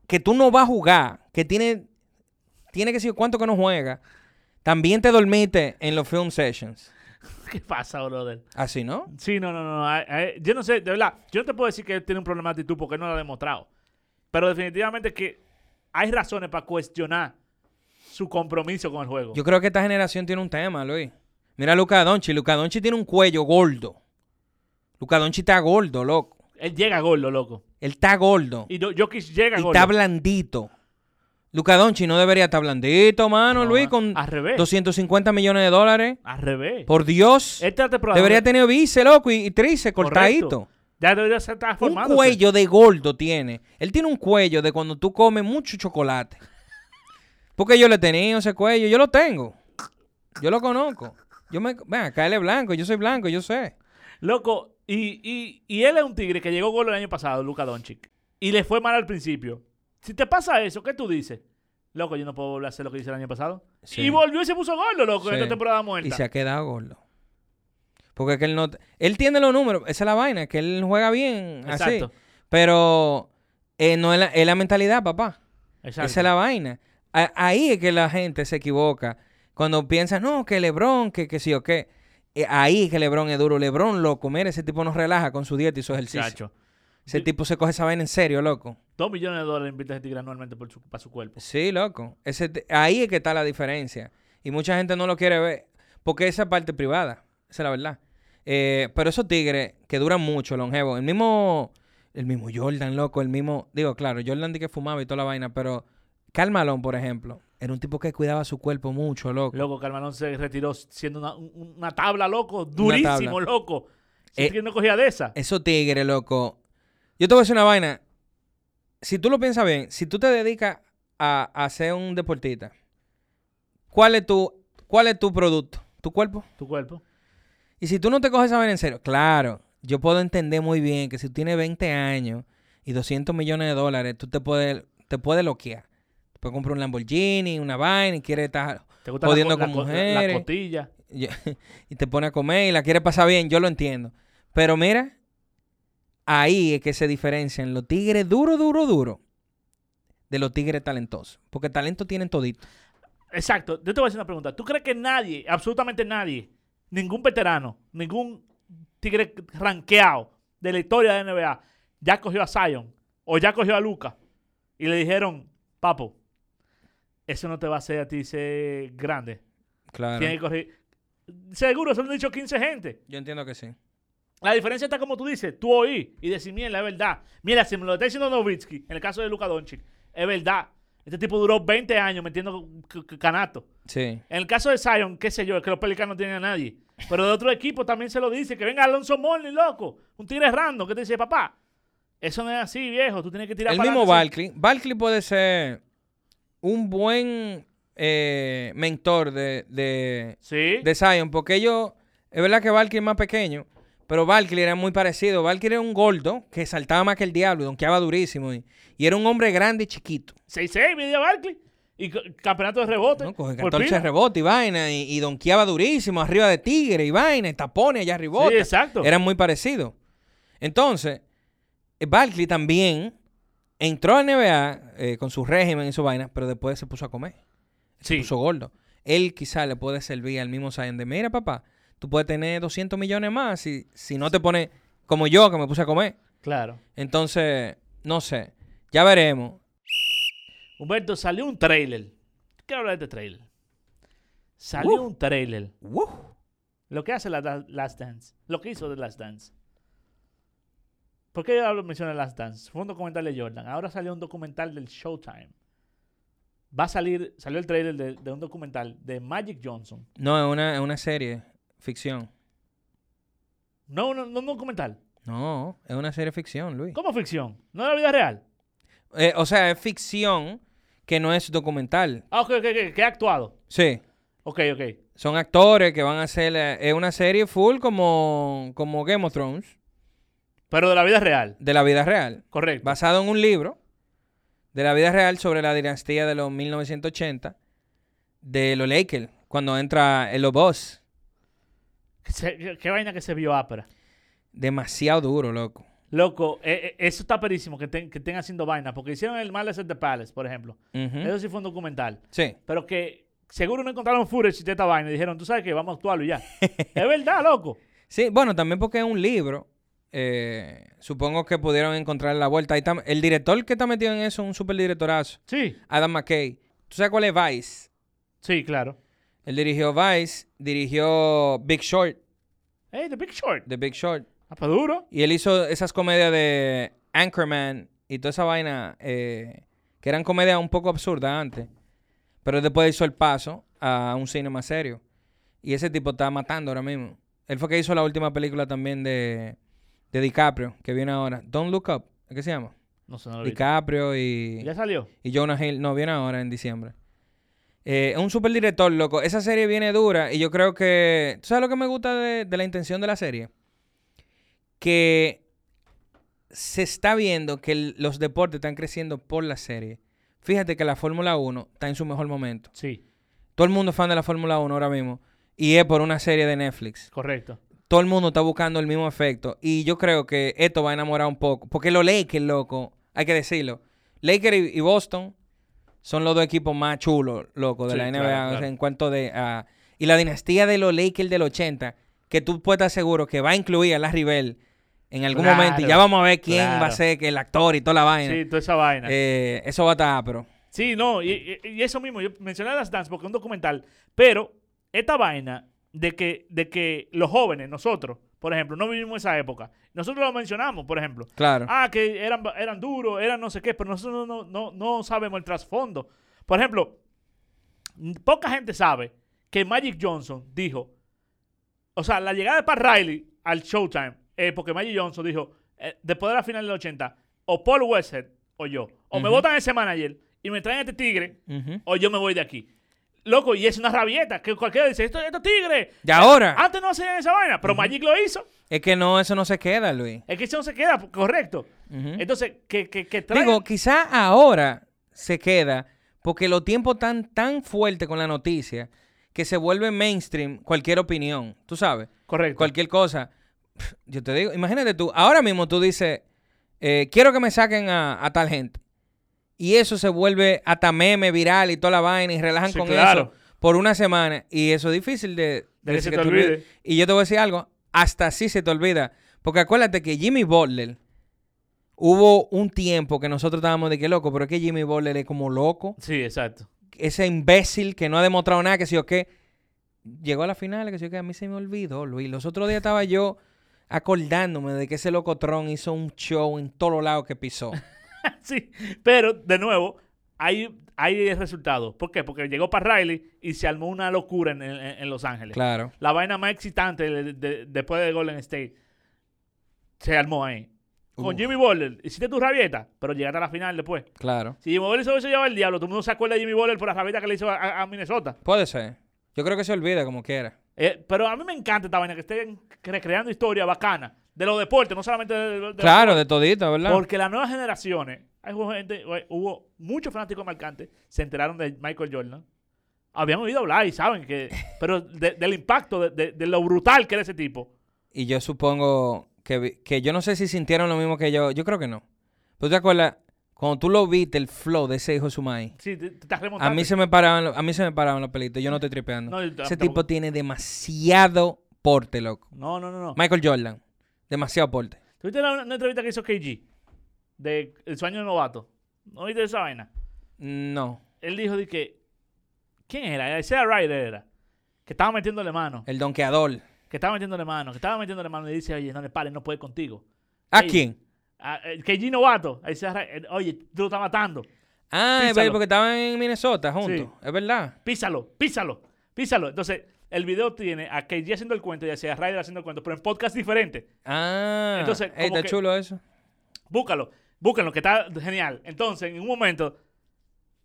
Speaker 2: que tú no vas a jugar, que tiene, tiene que ser cuánto que no juega, también te dormiste en los film sessions.
Speaker 1: ¿Qué pasa, brother?
Speaker 2: Así, ¿no?
Speaker 1: Sí, no, no, no. a- a- Yo no sé, de verdad. Yo no te puedo decir que él tiene un problema de actitud porque él no lo ha demostrado. Pero definitivamente que hay razones para cuestionar su compromiso con el juego.
Speaker 2: Yo creo que esta generación tiene un tema, Luis. Mira a Luca Donchi. Luca Donchi tiene un cuello gordo. Luca Donchi está gordo, loco.
Speaker 1: Él llega a gordo, loco.
Speaker 2: Él está gordo. Y,
Speaker 1: Y Do- Jokic llega a gordo.
Speaker 2: está blandito. Luca Donchi no debería estar blandito, mano,
Speaker 1: No,
Speaker 2: Luis,
Speaker 1: a-
Speaker 2: con
Speaker 1: al revés.
Speaker 2: 250 millones de dólares.
Speaker 1: Al revés.
Speaker 2: Por Dios.
Speaker 1: Esta temporada.
Speaker 2: Debería tener bíceps, loco, y, y tríceps
Speaker 1: Correcto.
Speaker 2: cortadito.
Speaker 1: Ya debería ser estar
Speaker 2: Un
Speaker 1: formado.
Speaker 2: cuello de gordo tiene. Él tiene un cuello de cuando tú comes mucho chocolate. Porque yo le he tenido ese cuello. Yo lo tengo. Yo lo conozco. Yo me... Ven, acá él es blanco. Yo soy blanco, yo sé.
Speaker 1: Loco. Y, y, y él es un tigre que llegó gordo el año pasado, Luka Doncic. Y le fue mal al principio. Si te pasa eso, ¿qué tú dices? Loco, yo no puedo volver a hacer lo que hice el año pasado.
Speaker 2: Sí.
Speaker 1: Y volvió y se puso gordo, loco, en
Speaker 2: Sí.
Speaker 1: esta temporada
Speaker 2: Y
Speaker 1: muerta.
Speaker 2: se ha quedado gordo. Porque es que él no... Él tiene los números, esa es la vaina, que él juega bien,
Speaker 1: Exacto.
Speaker 2: así. Pero eh, no es la, es la mentalidad, papá.
Speaker 1: Exacto.
Speaker 2: Esa es la vaina. A- ahí es que la gente se equivoca. Cuando piensa, no, que Lebron, que, que sí o qué. Eh, ahí es que Lebron es duro. Lebron, loco, mira, ese tipo nos relaja con su dieta y su ejercicio.
Speaker 1: Chacho.
Speaker 2: Ese
Speaker 1: Di-
Speaker 2: tipo se coge esa vaina en serio, loco.
Speaker 1: Dos millones de dólares invierte ese tigre anualmente por su- para su cuerpo.
Speaker 2: Sí, loco. Ese te- ahí es que está la diferencia. Y mucha gente no lo quiere ver. Porque esa es parte privada. Esa es la verdad. Eh, pero esos tigres que duran mucho, longevos. El mismo, el mismo Jordan, loco. El mismo. Digo, claro, Jordan di que fumaba y toda la vaina. Pero Karl Malone, por ejemplo, era un tipo que cuidaba su cuerpo mucho, loco.
Speaker 1: Loco, Carmanón se retiró siendo una, un- una tabla, loco.
Speaker 2: tabla.
Speaker 1: Durísimo, loco.
Speaker 2: Eh,
Speaker 1: Si no cogía de esa.
Speaker 2: Esos tigres, loco. Yo te voy a decir una vaina. Si tú lo piensas bien, si tú te dedicas a, a ser un deportista, ¿cuál es tu, cuál es tu producto? ¿Tu cuerpo?
Speaker 1: tu cuerpo.
Speaker 2: Y si tú no te coges esa vaina en serio, claro, yo puedo entender muy bien que si tú tienes 20 años y 200 millones de dólares, tú te puedes, te puedes loquear. Te puedes comprar un Lamborghini, una vaina y quieres estar...
Speaker 1: Te gusta la co-
Speaker 2: Jodiendo
Speaker 1: la,
Speaker 2: con
Speaker 1: co- la-
Speaker 2: mujeres.
Speaker 1: la cotilla.
Speaker 2: y y te pone a comer y la quieres pasar bien, yo lo entiendo. Pero mira, ahí es que se diferencian los tigres duro, duro, duro de los tigres talentosos. Porque talento tienen todito.
Speaker 1: Exacto. Yo te voy a hacer una pregunta. ¿Tú crees que nadie, absolutamente nadie, ningún veterano, ningún tigre ranqueado de la historia de la NBA ya cogió a Zion o ya cogió a Luca y le dijeron, papo, eso no te va a hacer a ti ser grande?
Speaker 2: Claro.
Speaker 1: Tienes que correr. Seguro, eso lo han dicho 15 gente.
Speaker 2: Yo entiendo que sí.
Speaker 1: La diferencia está como tú dices, tú oí y decir, mira, es verdad. Mira, si me lo está diciendo Novitsky, en el caso de Luka Doncic, es verdad. Este tipo duró 20 años metiendo c- c- canato.
Speaker 2: Sí.
Speaker 1: En el caso de Zion, qué sé yo, es que los Pelicanos no tienen a nadie. Pero de otro equipo también se lo dice, que venga Alonso Morning, loco. Un tigre random que te dice, papá, eso no es así, viejo. Tú tienes que tirar
Speaker 2: El
Speaker 1: para
Speaker 2: mismo
Speaker 1: adelante".
Speaker 2: Barkley. Barkley puede ser un buen eh, mentor de, de,
Speaker 1: Sí.
Speaker 2: de Zion, porque ellos, es verdad que Valkyrie es más pequeño, pero Valkyrie era muy parecido. Valkyrie era un gordo que saltaba más que el diablo y donkeaba durísimo. Y, y era un hombre grande y chiquito.
Speaker 1: 6-6, media Barkley. Y co- campeonato de rebote.
Speaker 2: ¿no? Coge
Speaker 1: por
Speaker 2: 14
Speaker 1: pila.
Speaker 2: rebotes y vaina, y, y donkeaba durísimo arriba de tigre y vaina, y tapones allá arriba.
Speaker 1: Sí, exacto.
Speaker 2: Eran muy parecidos. Entonces, eh, Barkley también entró a NBA eh, con su régimen y su vaina, pero después se puso a comer.
Speaker 1: Sí.
Speaker 2: puso gordo. Él quizá le puede servir al mismo Zion de, mira papá, tú puedes tener 200 millones más si, si no te pones como yo que me puse a comer.
Speaker 1: Claro.
Speaker 2: Entonces, no sé, ya veremos.
Speaker 1: Humberto, salió un trailer. Quiero hablar de este trailer. Salió
Speaker 2: Uh.
Speaker 1: un trailer.
Speaker 2: ¡Woo!
Speaker 1: Lo que hace la da- Last Dance. Lo que hizo de Last Dance. ¿Por qué yo hablo, menciono Last Dance? Fue un documental de Jordan. Ahora salió un documental del Showtime. Va a salir, salió el trailer de, de un documental de Magic Johnson.
Speaker 2: No, es una, es una serie, ficción.
Speaker 1: No, no, no un documental.
Speaker 2: No, es una serie ficción, Luis.
Speaker 1: Como ficción. No de la vida real.
Speaker 2: Eh, o sea, es ficción que no es documental.
Speaker 1: Ah, ok, ok, ok. Que ha actuado.
Speaker 2: Sí,
Speaker 1: Ok, ok.
Speaker 2: son actores que van a hacer... eh, Es una serie full como, como Game of Thrones,
Speaker 1: Pero de la vida real.
Speaker 2: de la vida real.
Speaker 1: Correcto.
Speaker 2: basado en un libro de la vida real sobre la dinastía de los 1980 de los Lakers, cuando entra el Boss.
Speaker 1: Se- ¿Qué, qué vaina que se vio ápera.
Speaker 2: Demasiado duro, loco.
Speaker 1: Loco, eh, eh, eso está perísimo que, ten- que estén haciendo vaina. Porque hicieron el Malice at the Palace, por ejemplo.
Speaker 2: Ujú.
Speaker 1: Eso sí fue un documental.
Speaker 2: Sí.
Speaker 1: Pero que seguro no encontraron footage de esta vaina. Y dijeron, tú sabes que vamos a actuarlo y ya. es verdad, loco.
Speaker 2: Sí, bueno, también porque es un libro. eh, supongo que pudieron encontrar la vuelta. Ahí está- el director que está metido en eso es un superdirectorazo,
Speaker 1: Sí,
Speaker 2: Adam McKay. ¿Tú sabes cuál es Vice?
Speaker 1: sí, claro.
Speaker 2: Él dirigió Vice, dirigió Big Short,
Speaker 1: Hey, The Big Short.
Speaker 2: The Big Short.
Speaker 1: Ah, pues duro.
Speaker 2: Y él hizo esas comedias de Anchorman y toda esa vaina, eh, que eran comedias un poco absurdas antes. Pero después hizo el paso a un cine más serio. Y ese tipo está matando ahora mismo. Él fue que hizo la última película también de, de DiCaprio, que viene ahora. Don't Look Up, ¿qué se llama?
Speaker 1: No sé, no lo vi.
Speaker 2: DiCaprio y,
Speaker 1: Ya salió.
Speaker 2: y Jonah Hill. No, viene ahora en diciembre. Eh, es un super director, loco. Esa serie viene dura y yo creo que... ¿Tú sabes lo que me gusta de, de la intención de la serie? Que se está viendo que el- los deportes están creciendo por la serie. Fíjate que la Fórmula 1 está en su mejor momento.
Speaker 1: Sí,
Speaker 2: Todo el mundo es fan de la Fórmula 1 ahora mismo y es por una serie de Netflix.
Speaker 1: correcto.
Speaker 2: todo el mundo está buscando el mismo efecto. Y yo creo que esto va a enamorar un poco. Porque los Lakers, loco, hay que decirlo. Lakers y, y Boston son los dos equipos más chulos, loco, de
Speaker 1: Sí,
Speaker 2: la NBA.
Speaker 1: claro,
Speaker 2: o sea,
Speaker 1: claro.
Speaker 2: en cuanto de. ah, y la dinastía de los Lakers del 80, que tú puedes estar seguro que va a incluir a Larry Bell en algún
Speaker 1: Claro,
Speaker 2: momento. Y ya vamos a ver quién va a
Speaker 1: claro.
Speaker 2: ser que el actor y toda la vaina.
Speaker 1: Sí, toda esa vaina.
Speaker 2: Eh, eso va a estar, pero.
Speaker 1: Sí, no, y, y- y eso mismo, yo mencioné a las dance porque es un documental, pero esta vaina de que, de que los jóvenes, nosotros, por ejemplo, no vivimos esa época, nosotros lo mencionamos, por ejemplo.
Speaker 2: Claro.
Speaker 1: Ah, que eran, eran duros, eran no sé qué, pero nosotros no, no, no sabemos el trasfondo. Por ejemplo, n- poca gente sabe que Magic Johnson dijo, o sea, la llegada de Pat Riley al Showtime, eh, porque Magic Johnson dijo, eh, después de la final del 80, o Paul Westhead o yo, o me
Speaker 2: Ujú.
Speaker 1: votan ese manager y me traen a este tigre,
Speaker 2: Ujú.
Speaker 1: o yo me voy de aquí. Loco, y es una rabieta, que cualquiera dice, esto, esto es tigre.
Speaker 2: Y ahora.
Speaker 1: Antes no hacían esa vaina, pero Magic lo hizo.
Speaker 2: Es que no, eso no se queda, Luis.
Speaker 1: Es que eso no se queda, correcto.
Speaker 2: Ujú.
Speaker 1: Entonces, que, que, que traigan-
Speaker 2: Digo, quizá ahora se queda porque los tiempos están tan fuertes con la noticia que se vuelve mainstream cualquier opinión, tú sabes,
Speaker 1: Correcto.
Speaker 2: cualquier cosa. Pff, Yo te digo, imagínate tú, ahora mismo tú dices, eh, quiero que me saquen a, a tal gente. Y eso se vuelve hasta meme viral y toda la vaina y relajan
Speaker 1: Sí,
Speaker 2: con
Speaker 1: claro.
Speaker 2: eso por una semana. Y eso es difícil de,
Speaker 1: De que
Speaker 2: decir
Speaker 1: se
Speaker 2: que
Speaker 1: te
Speaker 2: te
Speaker 1: olvide.
Speaker 2: olvide. Y yo te voy a decir algo, hasta así se te olvida. Porque acuérdate que Jimmy Butler hubo un tiempo que nosotros estábamos de que loco, pero es que Jimmy Butler es como loco.
Speaker 1: Sí, exacto.
Speaker 2: Ese imbécil que no ha demostrado nada, que si o qué. Llegó a la final, que si o qué. A mí se me olvidó, Luis. Los otros días estaba yo acordándome de que ese locotron hizo un show en todos los lados que pisó.
Speaker 1: Sí, pero de nuevo, hay, hay resultados. ¿Por qué? Porque llegó para Riley y se armó una locura en, en- en Los Ángeles.
Speaker 2: Claro.
Speaker 1: La vaina más excitante de- de- después de Golden State se armó ahí. Con
Speaker 2: Uf.
Speaker 1: Jimmy Butler, hiciste tu rabieta, pero llegaste a la final después.
Speaker 2: Claro.
Speaker 1: Si Jimmy Butler se hubiese llevado el diablo, todo el mundo se acuerda de Jimmy Butler por la rabieta que le hizo a- a, a Minnesota.
Speaker 2: Puede ser. Yo creo que se olvida como quiera.
Speaker 1: Eh, pero a mí me encanta esta vaina, que estén recreando historia bacana de los deportes, no solamente de, de- de-
Speaker 2: Claro, de todito, ¿verdad?
Speaker 1: Porque las nuevas generaciones, hay hubo gente, hubo muchos fanáticos marcantes, se enteraron de Michael Jordan. Habían oído hablar y saben que. Pero de- del impacto, de, de- de lo brutal que era ese tipo.
Speaker 2: Y yo supongo que, vi- que yo no sé si sintieron lo mismo que yo. Yo creo que no. Pero tú te acuerdas, cuando tú lo viste, el flow de ese hijo de su maíz.
Speaker 1: Sí, te, te estás
Speaker 2: A
Speaker 1: remontando.
Speaker 2: mí se me paraban, lo- a mí se me paraban los pelitos. Yo no estoy tripeando.
Speaker 1: No, yo tampoco.
Speaker 2: ese tipo tiene demasiado porte, loco.
Speaker 1: No, no, no. no.
Speaker 2: Michael Jordan, demasiado porte.
Speaker 1: ¿Tuviste la- una entrevista que hizo KG? De El sueño del novato. ¿No oíste esa vaina?
Speaker 2: No,
Speaker 1: Él dijo de que. ¿Quién era? Ese Ryder era. Que estaba metiéndole mano.
Speaker 2: el donkeador.
Speaker 1: Que estaba metiéndole mano. Que estaba metiéndole mano. Y dice, oye, no le pares, no puede contigo.
Speaker 2: ¿A
Speaker 1: Ey.
Speaker 2: quién?
Speaker 1: Ah, eh, KG novato. Ahí se arra- eh, Oye, tú lo estás matando.
Speaker 2: Ah, es
Speaker 1: Písalo.
Speaker 2: verdad, porque estaban en Minnesota juntos. Es verdad.
Speaker 1: Písalo, písalo, písalo. Entonces, el video tiene a KG haciendo el cuento y a Sia Ryder haciendo el cuento, pero en podcast diferente.
Speaker 2: Ah,
Speaker 1: Entonces,
Speaker 2: ey,
Speaker 1: como
Speaker 2: está
Speaker 1: que-
Speaker 2: chulo eso.
Speaker 1: Búscalo, búscalo, que está genial. Entonces, en un momento,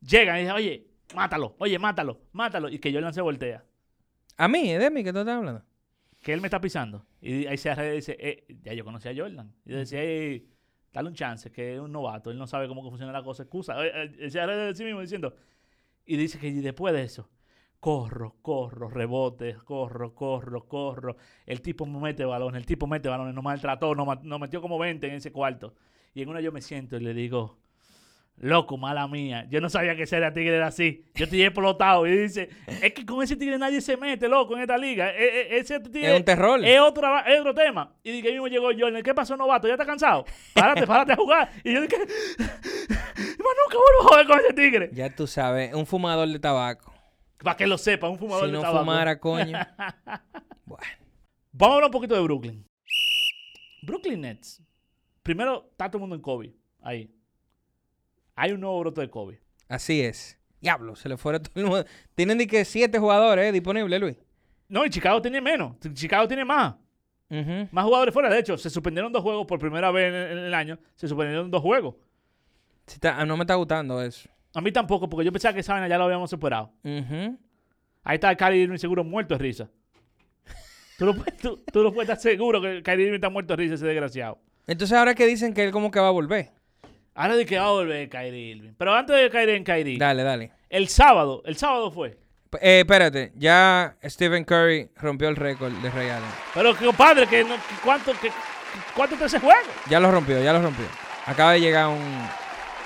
Speaker 1: llegan y dicen, oye, mátalo, oye, mátalo, mátalo. Y que Jordan se voltea,
Speaker 2: A mí, es de mí que tú estás hablando.
Speaker 1: que él me está pisando. Y ahí Sia Ryder dice, eh, ya yo conocí a Jordan. Y yo decía, "Ey, dale un chance, que es un novato, él no sabe cómo que funciona la cosa, excusa. Eh, eh, Sia Ryder sí mismo diciendo, Y dice que después de eso, corro, corro, rebotes, corro, corro, corro. El tipo mete balones, el tipo mete balones, nos maltrató, nos, ma- nos metió como 20 en ese cuarto. Y en una yo me siento y le digo, loco, mala mía, yo no sabía que ese era tigre era así. Yo te llevé explotado. Y dice, es que con ese tigre nadie se mete, loco, en esta liga. E- e- ese tigre
Speaker 2: Es un terror.
Speaker 1: Es otro, es otro tema. Y de que ahí mismo llegó Jordan, ¿qué pasó, novato? ¿Ya está cansado? Párate, párate a jugar. Y yo dije, más nunca vuelvo a jugar con ese tigre.
Speaker 2: Ya tú sabes, un fumador de tabaco.
Speaker 1: Para que lo sepa, un fumador
Speaker 2: Si
Speaker 1: de
Speaker 2: no
Speaker 1: tabaco.
Speaker 2: fumara, coño. bueno.
Speaker 1: Vamos a hablar un poquito de Brooklyn. Brooklyn Nets. Primero, está todo el mundo en COVID. Ahí. Hay un nuevo brote de COVID.
Speaker 2: Así es. Diablo, se le fuera todo el mundo. Tienen ni que siete jugadores eh, disponibles, Luis.
Speaker 1: No, y Chicago tiene menos. Ch- Chicago tiene más.
Speaker 2: Ujú.
Speaker 1: Más jugadores fuera. De hecho, se suspendieron dos juegos por primera vez en el, en el año. Se suspendieron dos juegos.
Speaker 2: Sí está- ah, no me está gustando eso.
Speaker 1: A mí tampoco, porque yo pensaba que esa vaina ya lo habíamos superado.
Speaker 2: Ujú.
Speaker 1: Ahí está Kyrie Irving seguro muerto de risa. Tú no, puedes- tú- tú no puedes estar seguro que Kyrie Irving está muerto de risa, ese desgraciado.
Speaker 2: Entonces ahora que dicen que él como que va a volver.
Speaker 1: Ahora de que va a volver Kyrie Irving. Pero antes de Kyrie en Kyrie.
Speaker 2: Dale, dale.
Speaker 1: El sábado, el sábado fue.
Speaker 2: P- eh, espérate, ya Stephen Curry rompió el récord de Ray Allen.
Speaker 1: Pero que, compadre, que no- que ¿cuánto, que, ¿cuánto está ese juego?
Speaker 2: Ya lo rompió, ya lo rompió. Acaba de llegar un,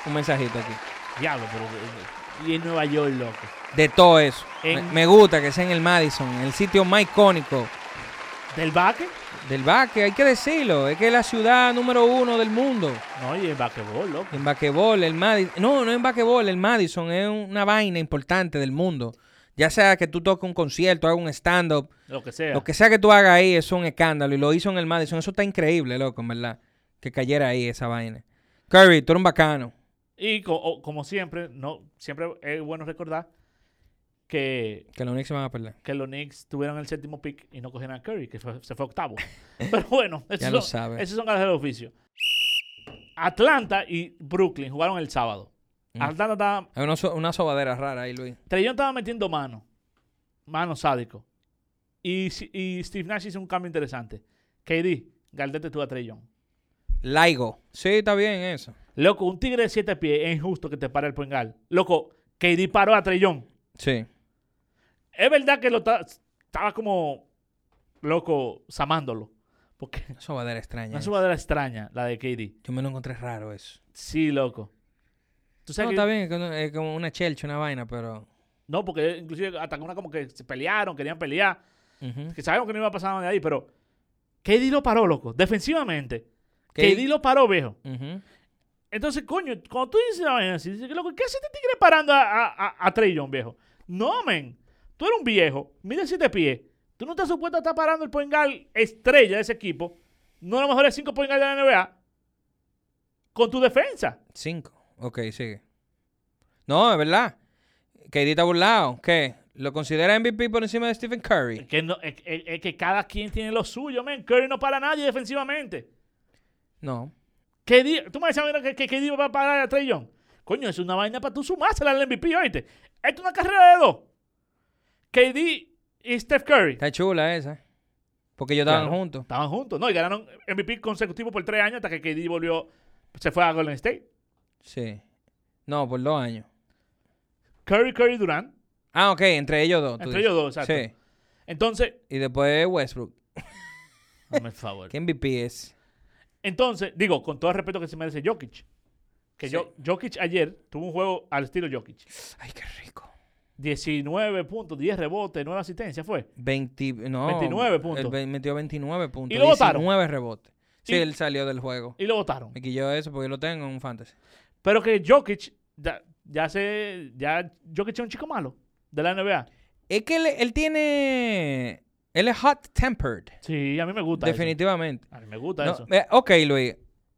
Speaker 2: un mensajito aquí.
Speaker 1: Diablo, pero. eh, Y en Nueva York, loco.
Speaker 2: De todo eso. Me,
Speaker 1: En-
Speaker 2: me gusta que sea en el Madison, el sitio más icónico
Speaker 1: ¿Del básquet?
Speaker 2: del básquet, hay que decirlo. Es que es la ciudad número uno del mundo.
Speaker 1: No, y el basquetbol, loco.
Speaker 2: En basquetbol, el Madison. No, no en basquetbol, el Madison es una vaina importante del mundo. Ya sea que tú toques un concierto, hagas un stand-up,
Speaker 1: Lo que sea.
Speaker 2: lo que sea que tú hagas ahí es un escándalo. Y lo hizo en el Madison. Eso está increíble, loco, en verdad. Que cayera ahí esa vaina. Curry, tú eres un bacano.
Speaker 1: Y co- o- como siempre, no, siempre es bueno recordar que,
Speaker 2: Que los Knicks se van a perder.
Speaker 1: que los Knicks tuvieron el séptimo pick y no cogieron a Curry, que fue- se fue octavo. Pero bueno, esos,
Speaker 2: lo
Speaker 1: son,
Speaker 2: sabes.
Speaker 1: esos son ganas del oficio. Atlanta y Brooklyn jugaron el sábado.
Speaker 2: Mm.
Speaker 1: Atlanta estaba.
Speaker 2: Hay una, so- una sobadera rara ahí, Luis.
Speaker 1: Trellón estaba metiendo mano. Mano sádico. Y, si- y Steve Nash hizo un cambio interesante. KD, galdete tú a Trellón.
Speaker 2: Laigo. Sí, está bien eso.
Speaker 1: Loco, un tigre de siete pies es injusto que te pare el poingal. Loco, KD paró a Trellón.
Speaker 2: Sí.
Speaker 1: Es verdad que lo ta- estaba como loco, samándolo. Porque
Speaker 2: Una sobadera extraña.
Speaker 1: una
Speaker 2: esa.
Speaker 1: subadera extraña, la de KD.
Speaker 2: Yo me lo encontré raro eso.
Speaker 1: Sí, loco. ¿Tú sabes
Speaker 2: no,
Speaker 1: que-
Speaker 2: está bien, es que no- es como una chelcha, una vaina, pero.
Speaker 1: no, porque inclusive hasta una como que se pelearon, querían pelear.
Speaker 2: ujú.
Speaker 1: Que sabemos que no iba a pasar nada de ahí, pero KD lo paró, loco, defensivamente.
Speaker 2: K-
Speaker 1: KD lo paró, viejo.
Speaker 2: ujú.
Speaker 1: Entonces, coño, cuando tú dices una vaina así, dices, loco, ¿qué hace este tigre parando a, a, a- a Trey Young, viejo? No, men. Tú eres un viejo, mide siete pies. Tú no estás supuesto a estar parando el point guard estrella de ese equipo. No a lo mejor es cinco point guard de la NBA. Con tu defensa.
Speaker 2: Cinco. Ok, sigue. No, es verdad. KD está burlado. ¿Qué? ¿Lo considera MVP por encima de Stephen
Speaker 1: Es
Speaker 2: Curry?
Speaker 1: que, no- es- es- es que cada quien tiene lo suyo, men. Curry no para a nadie defensivamente.
Speaker 2: No.
Speaker 1: ¿Qué di- ¿Tú me decías mira, que, que, que di- va a parar a Trey Young? Coño, es una vaina para tú sumársela al MVP, oíste. Esto es una carrera de dos. KD y Steph Curry
Speaker 2: Está chula esa. Porque ellos estaban
Speaker 1: Claro.
Speaker 2: juntos.
Speaker 1: estaban juntos, ¿no? Y ganaron MVP consecutivo por tres años hasta que KD volvió, se fue a Golden State.
Speaker 2: Sí. No, por dos años.
Speaker 1: Curry, Curry, Durant.
Speaker 2: Ah, ok, entre ellos dos. tú
Speaker 1: Entre
Speaker 2: dices.
Speaker 1: ellos dos, exacto.
Speaker 2: Sí.
Speaker 1: Entonces,
Speaker 2: Y después Westbrook.
Speaker 1: dame el favor.
Speaker 2: ¿Qué MVP es?
Speaker 1: Entonces, digo, con todo el respeto que se merece Jokic. Que
Speaker 2: Sí.
Speaker 1: yo, Jokic ayer tuvo un juego al estilo Jokic.
Speaker 2: Ay, qué rico.
Speaker 1: 19 puntos, 10 rebotes, 9 asistencias, fue.
Speaker 2: 20, no,
Speaker 1: 29 puntos.
Speaker 2: el ve- metió 29 puntos.
Speaker 1: ¿Y lo votaron?
Speaker 2: 19 rebotes. Sí,
Speaker 1: ¿Y-
Speaker 2: él salió del juego.
Speaker 1: Y lo votaron.
Speaker 2: Me quilló eso porque yo lo tengo en un fantasy.
Speaker 1: Pero que Jokic ya, ya se. Ya Jokic es un chico malo de la NBA.
Speaker 2: Es que él, él tiene. Él es hot tempered.
Speaker 1: Sí, a mí me gusta. eso.
Speaker 2: Definitivamente.
Speaker 1: A mí me gusta
Speaker 2: No,
Speaker 1: eso.
Speaker 2: eh, ok, Luis.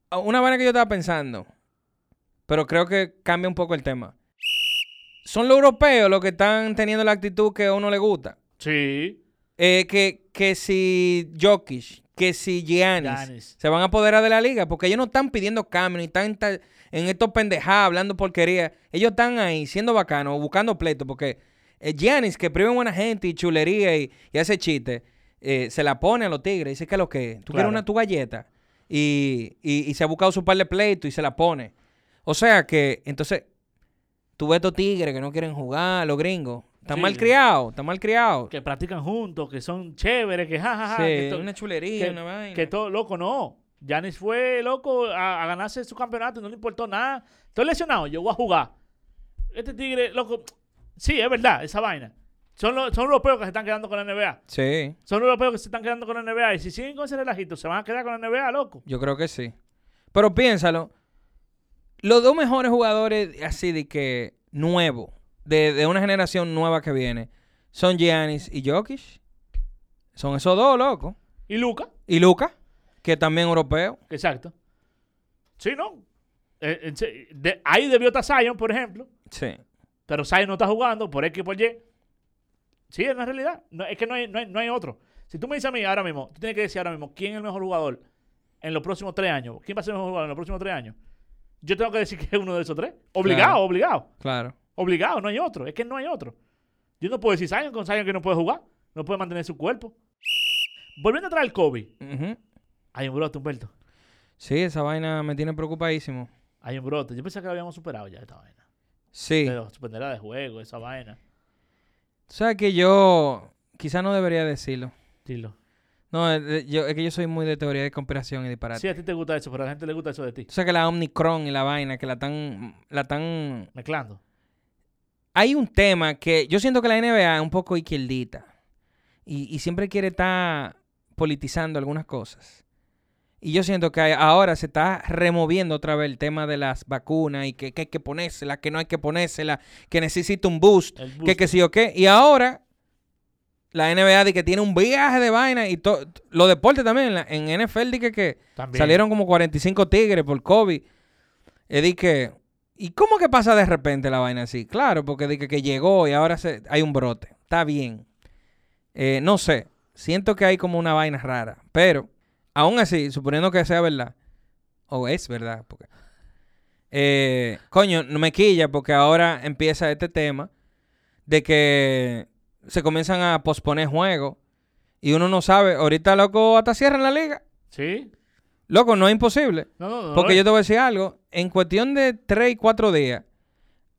Speaker 2: Ah, Una vaina que yo estaba pensando. Pero creo que cambia un poco el tema. Son los europeos los que están teniendo la actitud que a uno le gusta.
Speaker 1: Sí.
Speaker 2: Eh, que, que si Jokic, que si Giannis,
Speaker 1: Giannis.
Speaker 2: se van a apoderar de la liga, porque ellos no están pidiendo cambio, ni están ta- en estos pendejadas hablando porquería. Ellos están ahí siendo bacanos, buscando pleito, porque eh, Giannis, que priva a buena gente y chulería y, y hace chiste, eh, se la pone a los tigres, dice que lo que es? tú
Speaker 1: Claro.
Speaker 2: quieres una tu galleta, y, y- y se ha buscado su par de pleito y se la pone. O sea que, entonces, tú ves estos tigres que no quieren jugar, los gringos, están
Speaker 1: Sí.
Speaker 2: mal criados, están mal criados.
Speaker 1: Que practican juntos, que son chéveres, que jajaja.
Speaker 2: Sí,
Speaker 1: que, to-
Speaker 2: una chulería,
Speaker 1: que-
Speaker 2: una vaina.
Speaker 1: que todo, loco, no. Yanis fue loco a, a ganarse su campeonato y no le importó nada. Estoy lesionado, yo voy a jugar. Este tigre, loco. Sí, es verdad, esa vaina. Son, los son europeos que se están quedando con la NBA.
Speaker 2: Sí,
Speaker 1: Son europeos que se están quedando con la NBA. Y si siguen con ese relajito, se van a quedar con la NBA, loco.
Speaker 2: yo creo que sí. Pero piénsalo. Los dos mejores jugadores así de que nuevo, de, de una generación nueva que viene, son Giannis y Jokic. Son esos dos, loco.
Speaker 1: Y Luca.
Speaker 2: Y Lucas, que también europeo.
Speaker 1: Exacto. Sí, no. Eh, eh, sí, de- ahí debió estar Zion, por ejemplo.
Speaker 2: Sí.
Speaker 1: Pero Zion no está jugando por X por Y. Sí, es la realidad. No, es que no hay, no, hay, no hay otro. Si tú me dices a mí ahora mismo, tú tienes que decir ahora mismo quién es el mejor jugador en los próximos tres años. ¿Quién va a ser el mejor jugador en los próximos tres años? Yo tengo que decir que es uno de esos tres. Obligado,
Speaker 2: Claro.
Speaker 1: obligado.
Speaker 2: Claro.
Speaker 1: Obligado, no hay otro. Es que no hay otro. Yo no puedo decir Zion con Zion que no puede jugar. No puede mantener su cuerpo. Volviendo atrás al Kobe.
Speaker 2: Ujú.
Speaker 1: Hay un brote, Humberto.
Speaker 2: Sí, esa vaina me tiene preocupadísimo.
Speaker 1: Hay un brote. Yo pensaba que lo habíamos superado ya esta vaina.
Speaker 2: Sí.
Speaker 1: Pero suspenderá de juego, esa vaina.
Speaker 2: Tú sabes que yo quizá no debería decirlo.
Speaker 1: Dilo.
Speaker 2: No, eh, eh, yo- es que yo soy muy de teoría de conspiración y disparate.
Speaker 1: Sí, a ti te gusta eso, pero a la gente le gusta eso de ti.
Speaker 2: Tú sabes que la Omnicron y la vaina, que la tan... La tan...
Speaker 1: Mezclando.
Speaker 2: Hay un tema que yo siento que la NBA es un poco izquierdita. Y, y siempre quiere estar politizando algunas cosas. Y yo siento que ahora se está removiendo otra vez el tema de las vacunas y que, que hay que ponérsela, que no hay que ponérsela, que necesita un boost.
Speaker 1: El
Speaker 2: que,
Speaker 1: booster.
Speaker 2: que sí o qué. Y ahora, la NBA de que tiene un viaje de vaina y todo. Los deportes también. la- en NFL dije que
Speaker 1: También.
Speaker 2: salieron como 45 tigres por COVID. Y dije, ¿y cómo que pasa de repente la vaina así? Claro, porque dije que llegó y ahora se- hay un brote. Está bien. Eh, no sé. Siento que hay como una vaina rara. Pero, aún así, suponiendo que sea verdad, o es verdad, porque. Eh, coño, no me quilla porque ahora empieza este tema de que se comienzan a posponer juegos y uno no sabe. Ahorita, loco, hasta cierran la liga.
Speaker 1: Sí.
Speaker 2: Loco, no es imposible.
Speaker 1: No, no, eh. no.
Speaker 2: Porque yo te voy a decir algo. En cuestión de 3 y 4 días,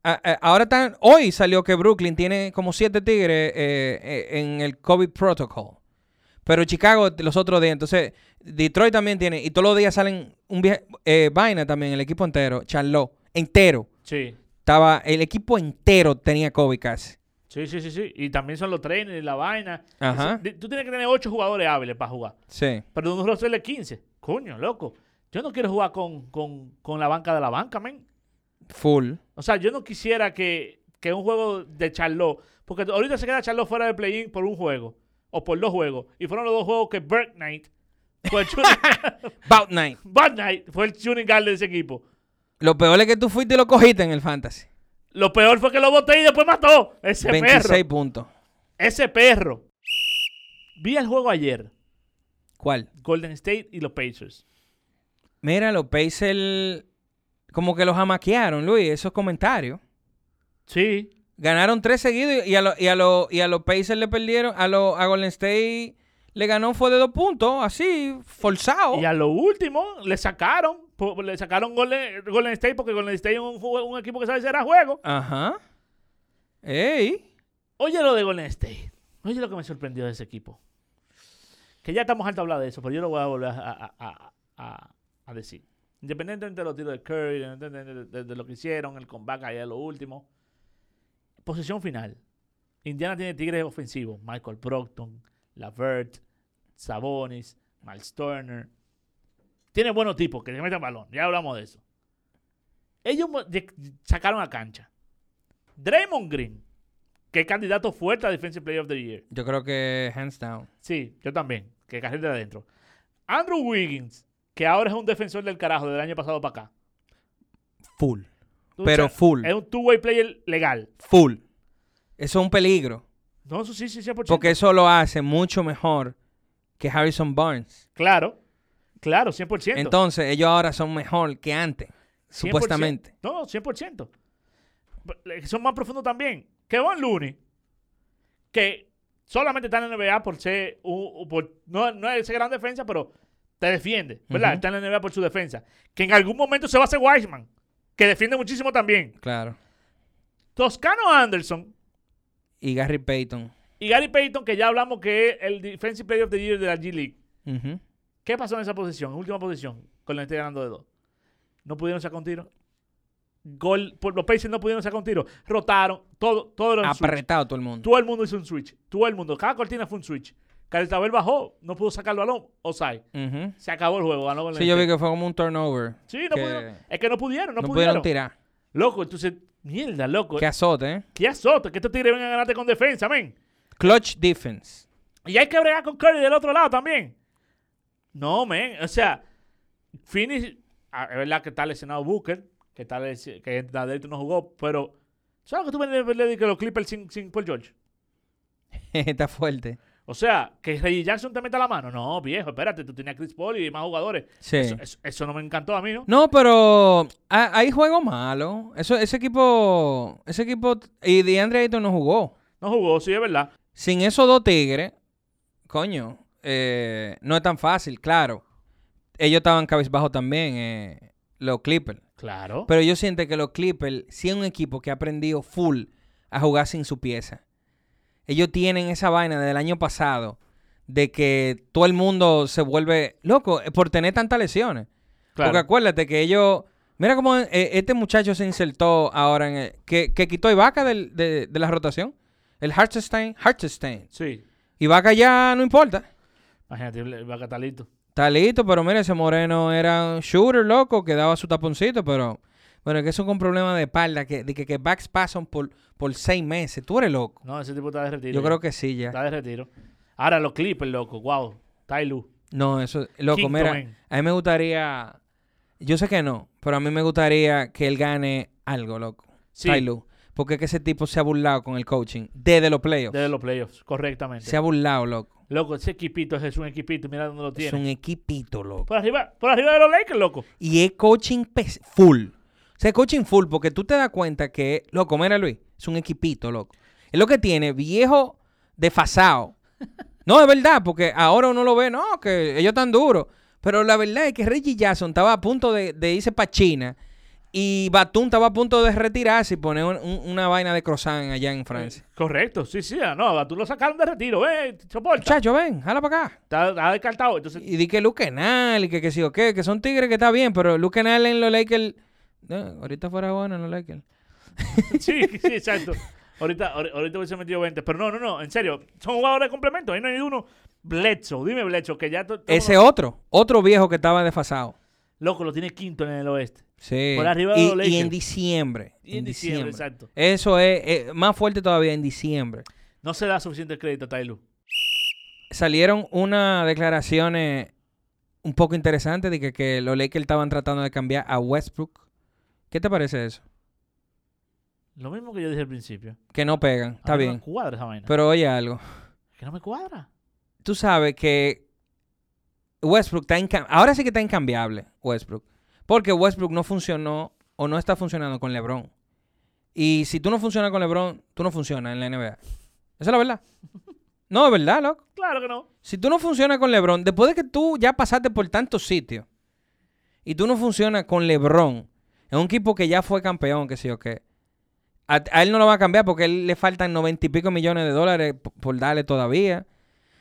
Speaker 2: a- a- ahora están. Hoy salió que Brooklyn tiene como 7 tigres eh, eh, en el COVID protocol. Pero Chicago los otros días. Entonces, Detroit también tiene. Y todos los días salen un viaje. eh, vaina también, el equipo entero. Charlotte, entero.
Speaker 1: Sí.
Speaker 2: Estaba. El equipo entero tenía COVID casi.
Speaker 1: Sí, sí, sí, sí. Y también son los trainers y la vaina.
Speaker 2: Ajá.
Speaker 1: Eso- di- Tú tienes que tener 8 jugadores hábiles para jugar.
Speaker 2: Sí.
Speaker 1: Pero de un roster de 15. Coño, loco. Yo no quiero jugar con, con, con la banca de la banca, men.
Speaker 2: Full.
Speaker 1: O sea, yo no quisiera que, que un juego de Charlot, porque ahorita se queda Charlot fuera del play-in por un juego o por dos juegos. Y fueron los dos juegos que Bird Knight fue el shooting,
Speaker 2: Bout night.
Speaker 1: Bird Knight fue el shooting guard de ese equipo.
Speaker 2: Lo peor es que tú fuiste y lo cogiste en el fantasy.
Speaker 1: Lo peor fue que lo boté y después mató. Ese
Speaker 2: 26
Speaker 1: perro.
Speaker 2: puntos.
Speaker 1: Ese perro. Vi el juego ayer.
Speaker 2: ¿Cuál?
Speaker 1: Golden State y los Pacers.
Speaker 2: Mira, los Pacers como que los amaquearon, Luis, esos comentarios.
Speaker 1: Sí.
Speaker 2: Ganaron tres seguidos y a, lo- y a, lo- y a los Pacers le perdieron. A, lo, a Golden State le ganó fue de dos puntos, así, forzado.
Speaker 1: Y a lo último le sacaron. po- Le sacaron Golden, Golden State porque Golden State es un, ju- un equipo que sabe cerrar juego.
Speaker 2: Ajá. ¡Ey!
Speaker 1: Oye lo de Golden State. Oye lo que me sorprendió de ese equipo. Que ya estamos harto de hablar de eso, pero yo lo voy a volver a, a- a- a- a decir. Independientemente de los tiros de Curry, independientemente de, de- de lo que hicieron, el comeback allá lo último. Posición final. Indiana tiene tigres ofensivos. Michael Brockton, Lavert, Sabonis, Miles Turner. Tiene buenos tipos que se meten balón. Ya hablamos de eso. Ellos mo- de- sacaron a cancha. Draymond Green que es candidato fuerte a Defensive Player of the Year.
Speaker 2: Yo creo que hands down.
Speaker 1: Sí, yo también, que cajete de adentro. Andrew Wiggins, que ahora es un defensor del carajo del año pasado para acá.
Speaker 2: Full.
Speaker 1: O
Speaker 2: Pero
Speaker 1: sea,
Speaker 2: full.
Speaker 1: Es un two-way player legal.
Speaker 2: Full. Eso es un peligro.
Speaker 1: No, eso sí, sí, 100%.
Speaker 2: Porque eso lo hace mucho mejor que Harrison Barnes.
Speaker 1: Claro, claro, 100%.
Speaker 2: Entonces, ellos ahora son mejor que antes,
Speaker 1: 100%.
Speaker 2: supuestamente.
Speaker 1: No, 100%. Pero, eh, Son más profundos también. Que Von Looney, que solamente está en la NBA por ser. u- u- por- no, no es gran defensa, pero te defiende, ¿verdad?
Speaker 2: Ujú.
Speaker 1: Está en la NBA por su defensa. Que en algún momento se va a hacer Wiseman, que defiende muchísimo también.
Speaker 2: Claro.
Speaker 1: Toscano Anderson
Speaker 2: Y Gary Payton.
Speaker 1: y Gary Payton, que ya hablamos que es el Defensive Player of the Year de la G League.
Speaker 2: Ujú.
Speaker 1: ¿Qué pasó en esa posición? Última posición. Con la estoy ganando de dos. No pudieron sacar un tiro. Gol. Por los Pacers no pudieron sacar un tiro. Rotaron. Todo, todo era un switch.
Speaker 2: Apretado todo el mundo.
Speaker 1: Todo el mundo hizo un switch. Todo el mundo. Cada cortina fue un switch. Caritabel bajó. No pudo sacar el balón. Osai.
Speaker 2: Ujú.
Speaker 1: Se acabó el juego. Ganó Golden
Speaker 2: Sí, yo vi
Speaker 1: State.
Speaker 2: que fue como un turnover.
Speaker 1: Sí, no
Speaker 2: que
Speaker 1: pudieron. Es que no pudieron. Pues No,
Speaker 2: no
Speaker 1: pudieron.
Speaker 2: pudieron tirar.
Speaker 1: Loco, entonces. Mierda, loco.
Speaker 2: Qué azote, ¿eh?
Speaker 1: Qué azote. Que estos tigres vengan a ganarte con defensa, men.
Speaker 2: Clutch defense.
Speaker 1: Y hay que bregar con Curry del otro lado también. No, men. O sea, Phoenix, ah, es verdad que está lesionado Booker, que está lesi- que Nadelto no jugó, pero ¿sabes que tú me le que los Clippers sin, sin Paul George?
Speaker 2: Está fuerte.
Speaker 1: O sea, que Reggie Jackson te meta la mano. No, viejo, espérate, tú tenías a Chris Paul y más jugadores.
Speaker 2: Sí.
Speaker 1: Eso, eso- eso no me encantó a mí, ¿no?
Speaker 2: No, pero ha- hay juego malo. Eso, ese equipo. Ese equipo. Y DeAndre Ayton no jugó.
Speaker 1: No jugó, sí, es verdad.
Speaker 2: Sin esos dos tigres, coño, eh, no es tan fácil, claro. Ellos estaban cabizbajo también, eh, los Clippers.
Speaker 1: Claro.
Speaker 2: Pero yo siento que los Clippers sí es un equipo que ha aprendido full a jugar sin su pieza. ellos tienen esa vaina del año pasado de que todo el mundo se vuelve loco eh, por tener tantas lesiones.
Speaker 1: Claro.
Speaker 2: Porque acuérdate que ellos. Mira cómo eh, este muchacho se insertó ahora en el- que, que quitó a Ibaka del- de, de la rotación. El Hartenstein, Hartenstein.
Speaker 1: Sí.
Speaker 2: Ibaka ya no importa.
Speaker 1: Imagínate, el Bacatalito.
Speaker 2: Está listo, pero mira, ese moreno era un shooter loco que daba su taponcito, pero. Bueno, es que eso con problemas de espalda, que, de que, que backs pasan por, por seis meses. Tú eres loco.
Speaker 1: No, ese tipo está de retiro.
Speaker 2: Yo
Speaker 1: ya.
Speaker 2: creo que sí, ya.
Speaker 1: Está de retiro. Ahora los Clippers, loco. Wow. Tyloo.
Speaker 2: No, eso, loco,
Speaker 1: Quinto
Speaker 2: mira,
Speaker 1: men.
Speaker 2: a mí me gustaría, yo sé que no, pero a mí me gustaría que él gane algo, loco.
Speaker 1: Sí.
Speaker 2: Ty Lue. porque es que ese tipo se ha burlado con el coaching desde los playoffs.
Speaker 1: Desde los playoffs, correctamente.
Speaker 2: Se ha burlado, loco.
Speaker 1: Loco, ese equipito ese es un equipito. Mira dónde lo
Speaker 2: Es
Speaker 1: tiene.
Speaker 2: un equipito, loco.
Speaker 1: Por arriba, por arriba de los Lakers, loco.
Speaker 2: Y es coaching pes- full. O sea, es coaching full porque tú te das cuenta que, loco, mira Luis, es un equipito, loco. Es lo que tiene, viejo desfasado. No, es verdad, porque ahora uno lo ve, no, que ellos están duros. Pero la verdad es que Reggie Jackson estaba a punto de, de irse para China y Batum estaba a punto de retirarse y poner un- un- una vaina de croissant allá en Francia.
Speaker 1: Correcto, sí, sí, ah, no, tú lo sacaron de retiro, eh, soporta.
Speaker 2: Muchachos, ven, jala para acá.
Speaker 1: Está, está descartado, entonces,
Speaker 2: Y di que Luke Kennard y que, que sí o qué, que son tigres que está bien, pero Luke Kennard en los Lakers... no, ahorita fuera bueno en los Lakers.
Speaker 1: sí, sí, exacto. Ahorita, ahor- ahorita hubiese metido 20, pero no, no, no, en serio, son jugadores de complemento, ahí no hay uno. Bledsoe, dime Bledsoe, que ya... to- todo
Speaker 2: Ese
Speaker 1: lo-
Speaker 2: otro, otro viejo que estaba desfasado.
Speaker 1: Loco, lo tiene quinto en el oeste.
Speaker 2: Sí.
Speaker 1: Por arriba de
Speaker 2: y,
Speaker 1: los Lakers.
Speaker 2: y en diciembre.
Speaker 1: Y en diciembre, exacto.
Speaker 2: Eso es eh, más fuerte todavía en diciembre.
Speaker 1: No se da suficiente crédito a Tyloo.
Speaker 2: Salieron unas declaraciones un poco interesantes de que, que los Lakers estaban tratando de cambiar a Westbrook. ¿Qué te parece eso?
Speaker 1: Lo mismo que yo dije al principio.
Speaker 2: Que no pegan.
Speaker 1: A mí
Speaker 2: Está
Speaker 1: no
Speaker 2: bien.
Speaker 1: me cuadra esa vaina.
Speaker 2: Pero oye algo.
Speaker 1: que no me cuadra.
Speaker 2: Tú sabes que Westbrook está inca- ahora sí que está incambiable Westbrook, porque Westbrook no funcionó o no está funcionando con LeBron. Y si tú no funcionas con LeBron, tú no funcionas en la NBA. Esa es la verdad. No, es verdad, loco.
Speaker 1: Claro que no.
Speaker 2: Si tú no funcionas con LeBron, después de que tú ya pasaste por tantos sitios y tú no funcionas con LeBron, en un equipo que ya fue campeón, que sí o qué, a, a él no lo va a cambiar porque a él le faltan noventa y pico millones de dólares p- por, darle todavía.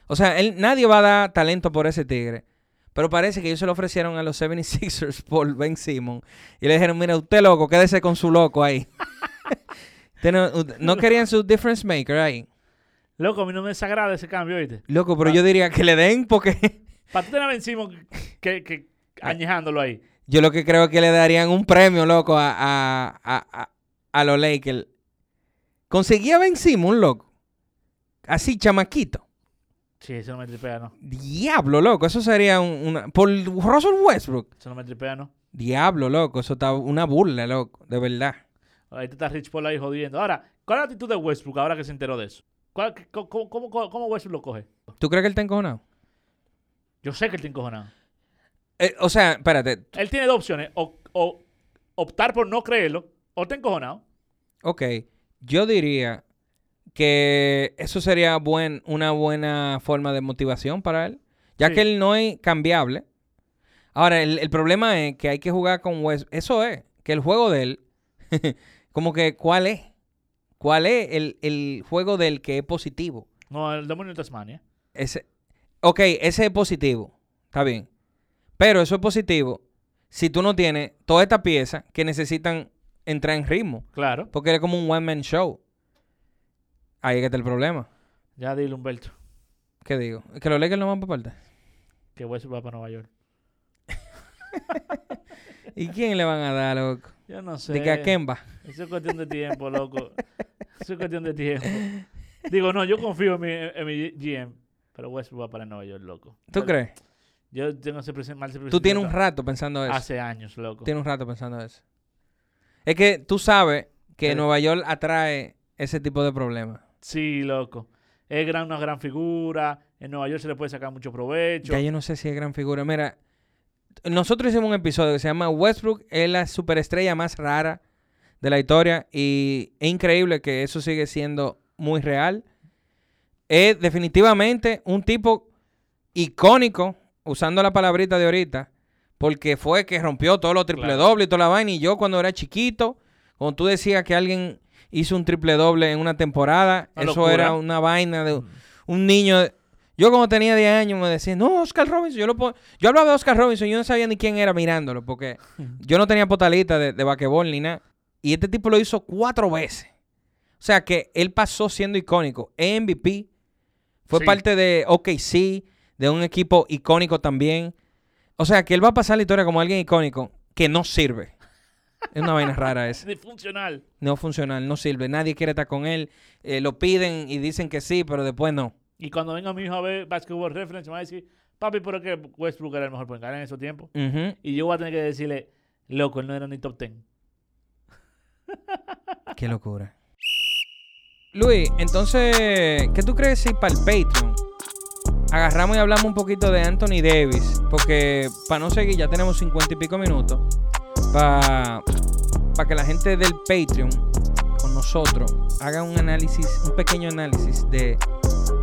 Speaker 2: O sea, él, nadie va a dar talento por ese tigre. Pero parece que ellos se lo ofrecieron a los 76ers por Ben Simon. Y le dijeron, mira, usted loco, quédese con su loco ahí. Usted no, usted- no querían su difference maker ahí.
Speaker 1: Loco, a mí no me desagrada ese cambio, ¿viste?
Speaker 2: Loco, pero yo diría que le den porque...
Speaker 1: Para tú tener a Ben Simmons que, que añejándolo ahí.
Speaker 2: Yo lo que creo es que le darían un premio, loco, a, a, a, a- a los Lakers. Conseguía Ben Simmons, loco. Así, chamaquito.
Speaker 1: Sí, eso no me tripea, no.
Speaker 2: Diablo, loco. Eso sería un- una... Por Russell Westbrook.
Speaker 1: Eso no me tripea, no.
Speaker 2: Diablo, loco. Eso está una burla, loco. De verdad.
Speaker 1: Ahí te está Rich Paul ahí jodiendo. Ahora, ¿cuál es la actitud de Westbrook ahora que se enteró de eso? ¿Cuál- qué- cómo, cómo- cómo- cómo Westbrook lo coge?
Speaker 2: ¿Tú crees que él está encojonado?
Speaker 1: Yo sé que él está encojonado.
Speaker 2: Eh, o sea, espérate.
Speaker 1: Él tiene dos opciones. O, o optar por no creerlo, o está encojonado.
Speaker 2: Ok. Yo diría que eso sería buen, una buena forma de motivación para él, ya
Speaker 1: Sí.
Speaker 2: que él no es cambiable. Ahora, el, el problema es que hay que jugar con West. Eso es, que el juego de él, como que, ¿cuál es? ¿Cuál es el, el juego del que es positivo?
Speaker 1: No, el demonio de Tasmania.
Speaker 2: Ese, ok, ese es positivo, está bien. Pero eso es positivo si tú no tienes todas estas piezas que necesitan entrar en ritmo.
Speaker 1: Claro.
Speaker 2: Porque era como un one man show. Ahí es que está el problema.
Speaker 1: Ya dile, Humberto,
Speaker 2: ¿Qué digo? Que los Lakers no van para parte.
Speaker 1: que Westbrook va para Nueva York.
Speaker 2: ¿Y quién le van a dar, loco?
Speaker 1: Yo no sé.
Speaker 2: De que a Kemba.
Speaker 1: Eso es cuestión de tiempo, loco. Eso es cuestión de tiempo. Digo, no, yo confío en mi, en mi GM, pero Westbrook va para Nueva York, loco.
Speaker 2: ¿Tú
Speaker 1: Yo-
Speaker 2: crees?
Speaker 1: Yo tengo ese presen- mal
Speaker 2: Tú tienes un rato pensando eso.
Speaker 1: Hace años, loco.
Speaker 2: Tienes un rato pensando eso. Es que tú sabes que
Speaker 1: Pero-
Speaker 2: Nueva York atrae ese tipo de problemas.
Speaker 1: Sí, loco. Es gran, una gran figura. En Nueva York se le puede sacar mucho provecho.
Speaker 2: Ya yo no sé si es gran figura. Mira, nosotros hicimos un episodio que se llama Westbrook es la superestrella más rara de la historia y es increíble que eso sigue siendo muy real. Es definitivamente un tipo icónico, usando la palabrita de ahorita, porque fue que rompió todos los triple
Speaker 1: Claro.
Speaker 2: doble y toda la vaina y yo cuando era chiquito, Cuando tú decías que alguien hizo un triple doble en una temporada,
Speaker 1: Una
Speaker 2: eso
Speaker 1: locura. Mm.
Speaker 2: era una vaina de un niño. Yo cuando tenía 10 años me decían, no, Oscar Robinson. Yo, lo po- yo hablaba de Oscar Robinson y yo no sabía ni quién era mirándolo porque yo no tenía potalita de, de basquetbol ni nada. Y este tipo lo hizo cuatro veces. O sea que él pasó siendo icónico. E MVP fue
Speaker 1: Sí.
Speaker 2: parte de OKC, de un equipo icónico también. O sea que él va a pasar la historia como alguien icónico que no sirve. Es una vaina rara esa.
Speaker 1: Disfuncional.
Speaker 2: No funcional, no sirve. Nadie quiere estar con él. Eh, lo piden y dicen que sí, pero después no.
Speaker 1: Y cuando venga mi hijo a ver Basketball Reference, me va a decir, papi, ¿por qué Westbrook era el mejor point guard en esos tiempos?
Speaker 2: Ujú.
Speaker 1: Y yo voy a tener que decirle, loco, él no era ni top 10.
Speaker 2: Qué locura. Luis, entonces, ¿qué tú crees si para el Patreon agarramos y hablamos un poquito de Anthony Davis? Porque para no seguir, ya tenemos cincuenta y pico minutos. Para que la gente del Patreon con nosotros haga un análisis, un pequeño análisis de,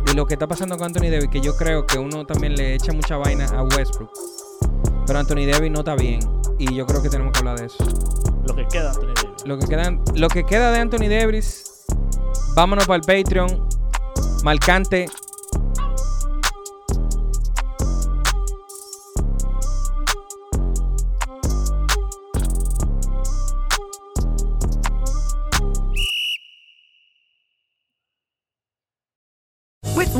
Speaker 2: de lo que está pasando con Anthony Davis, que yo creo que uno también le echa mucha vaina a Westbrook. Pero Anthony Davis no está bien. Y yo creo que tenemos que hablar de eso
Speaker 1: Lo que queda, Anthony Davis.
Speaker 2: lo que, quedan, lo que queda de Anthony Davis, vámonos para el Patreon. Marcante,
Speaker 4: With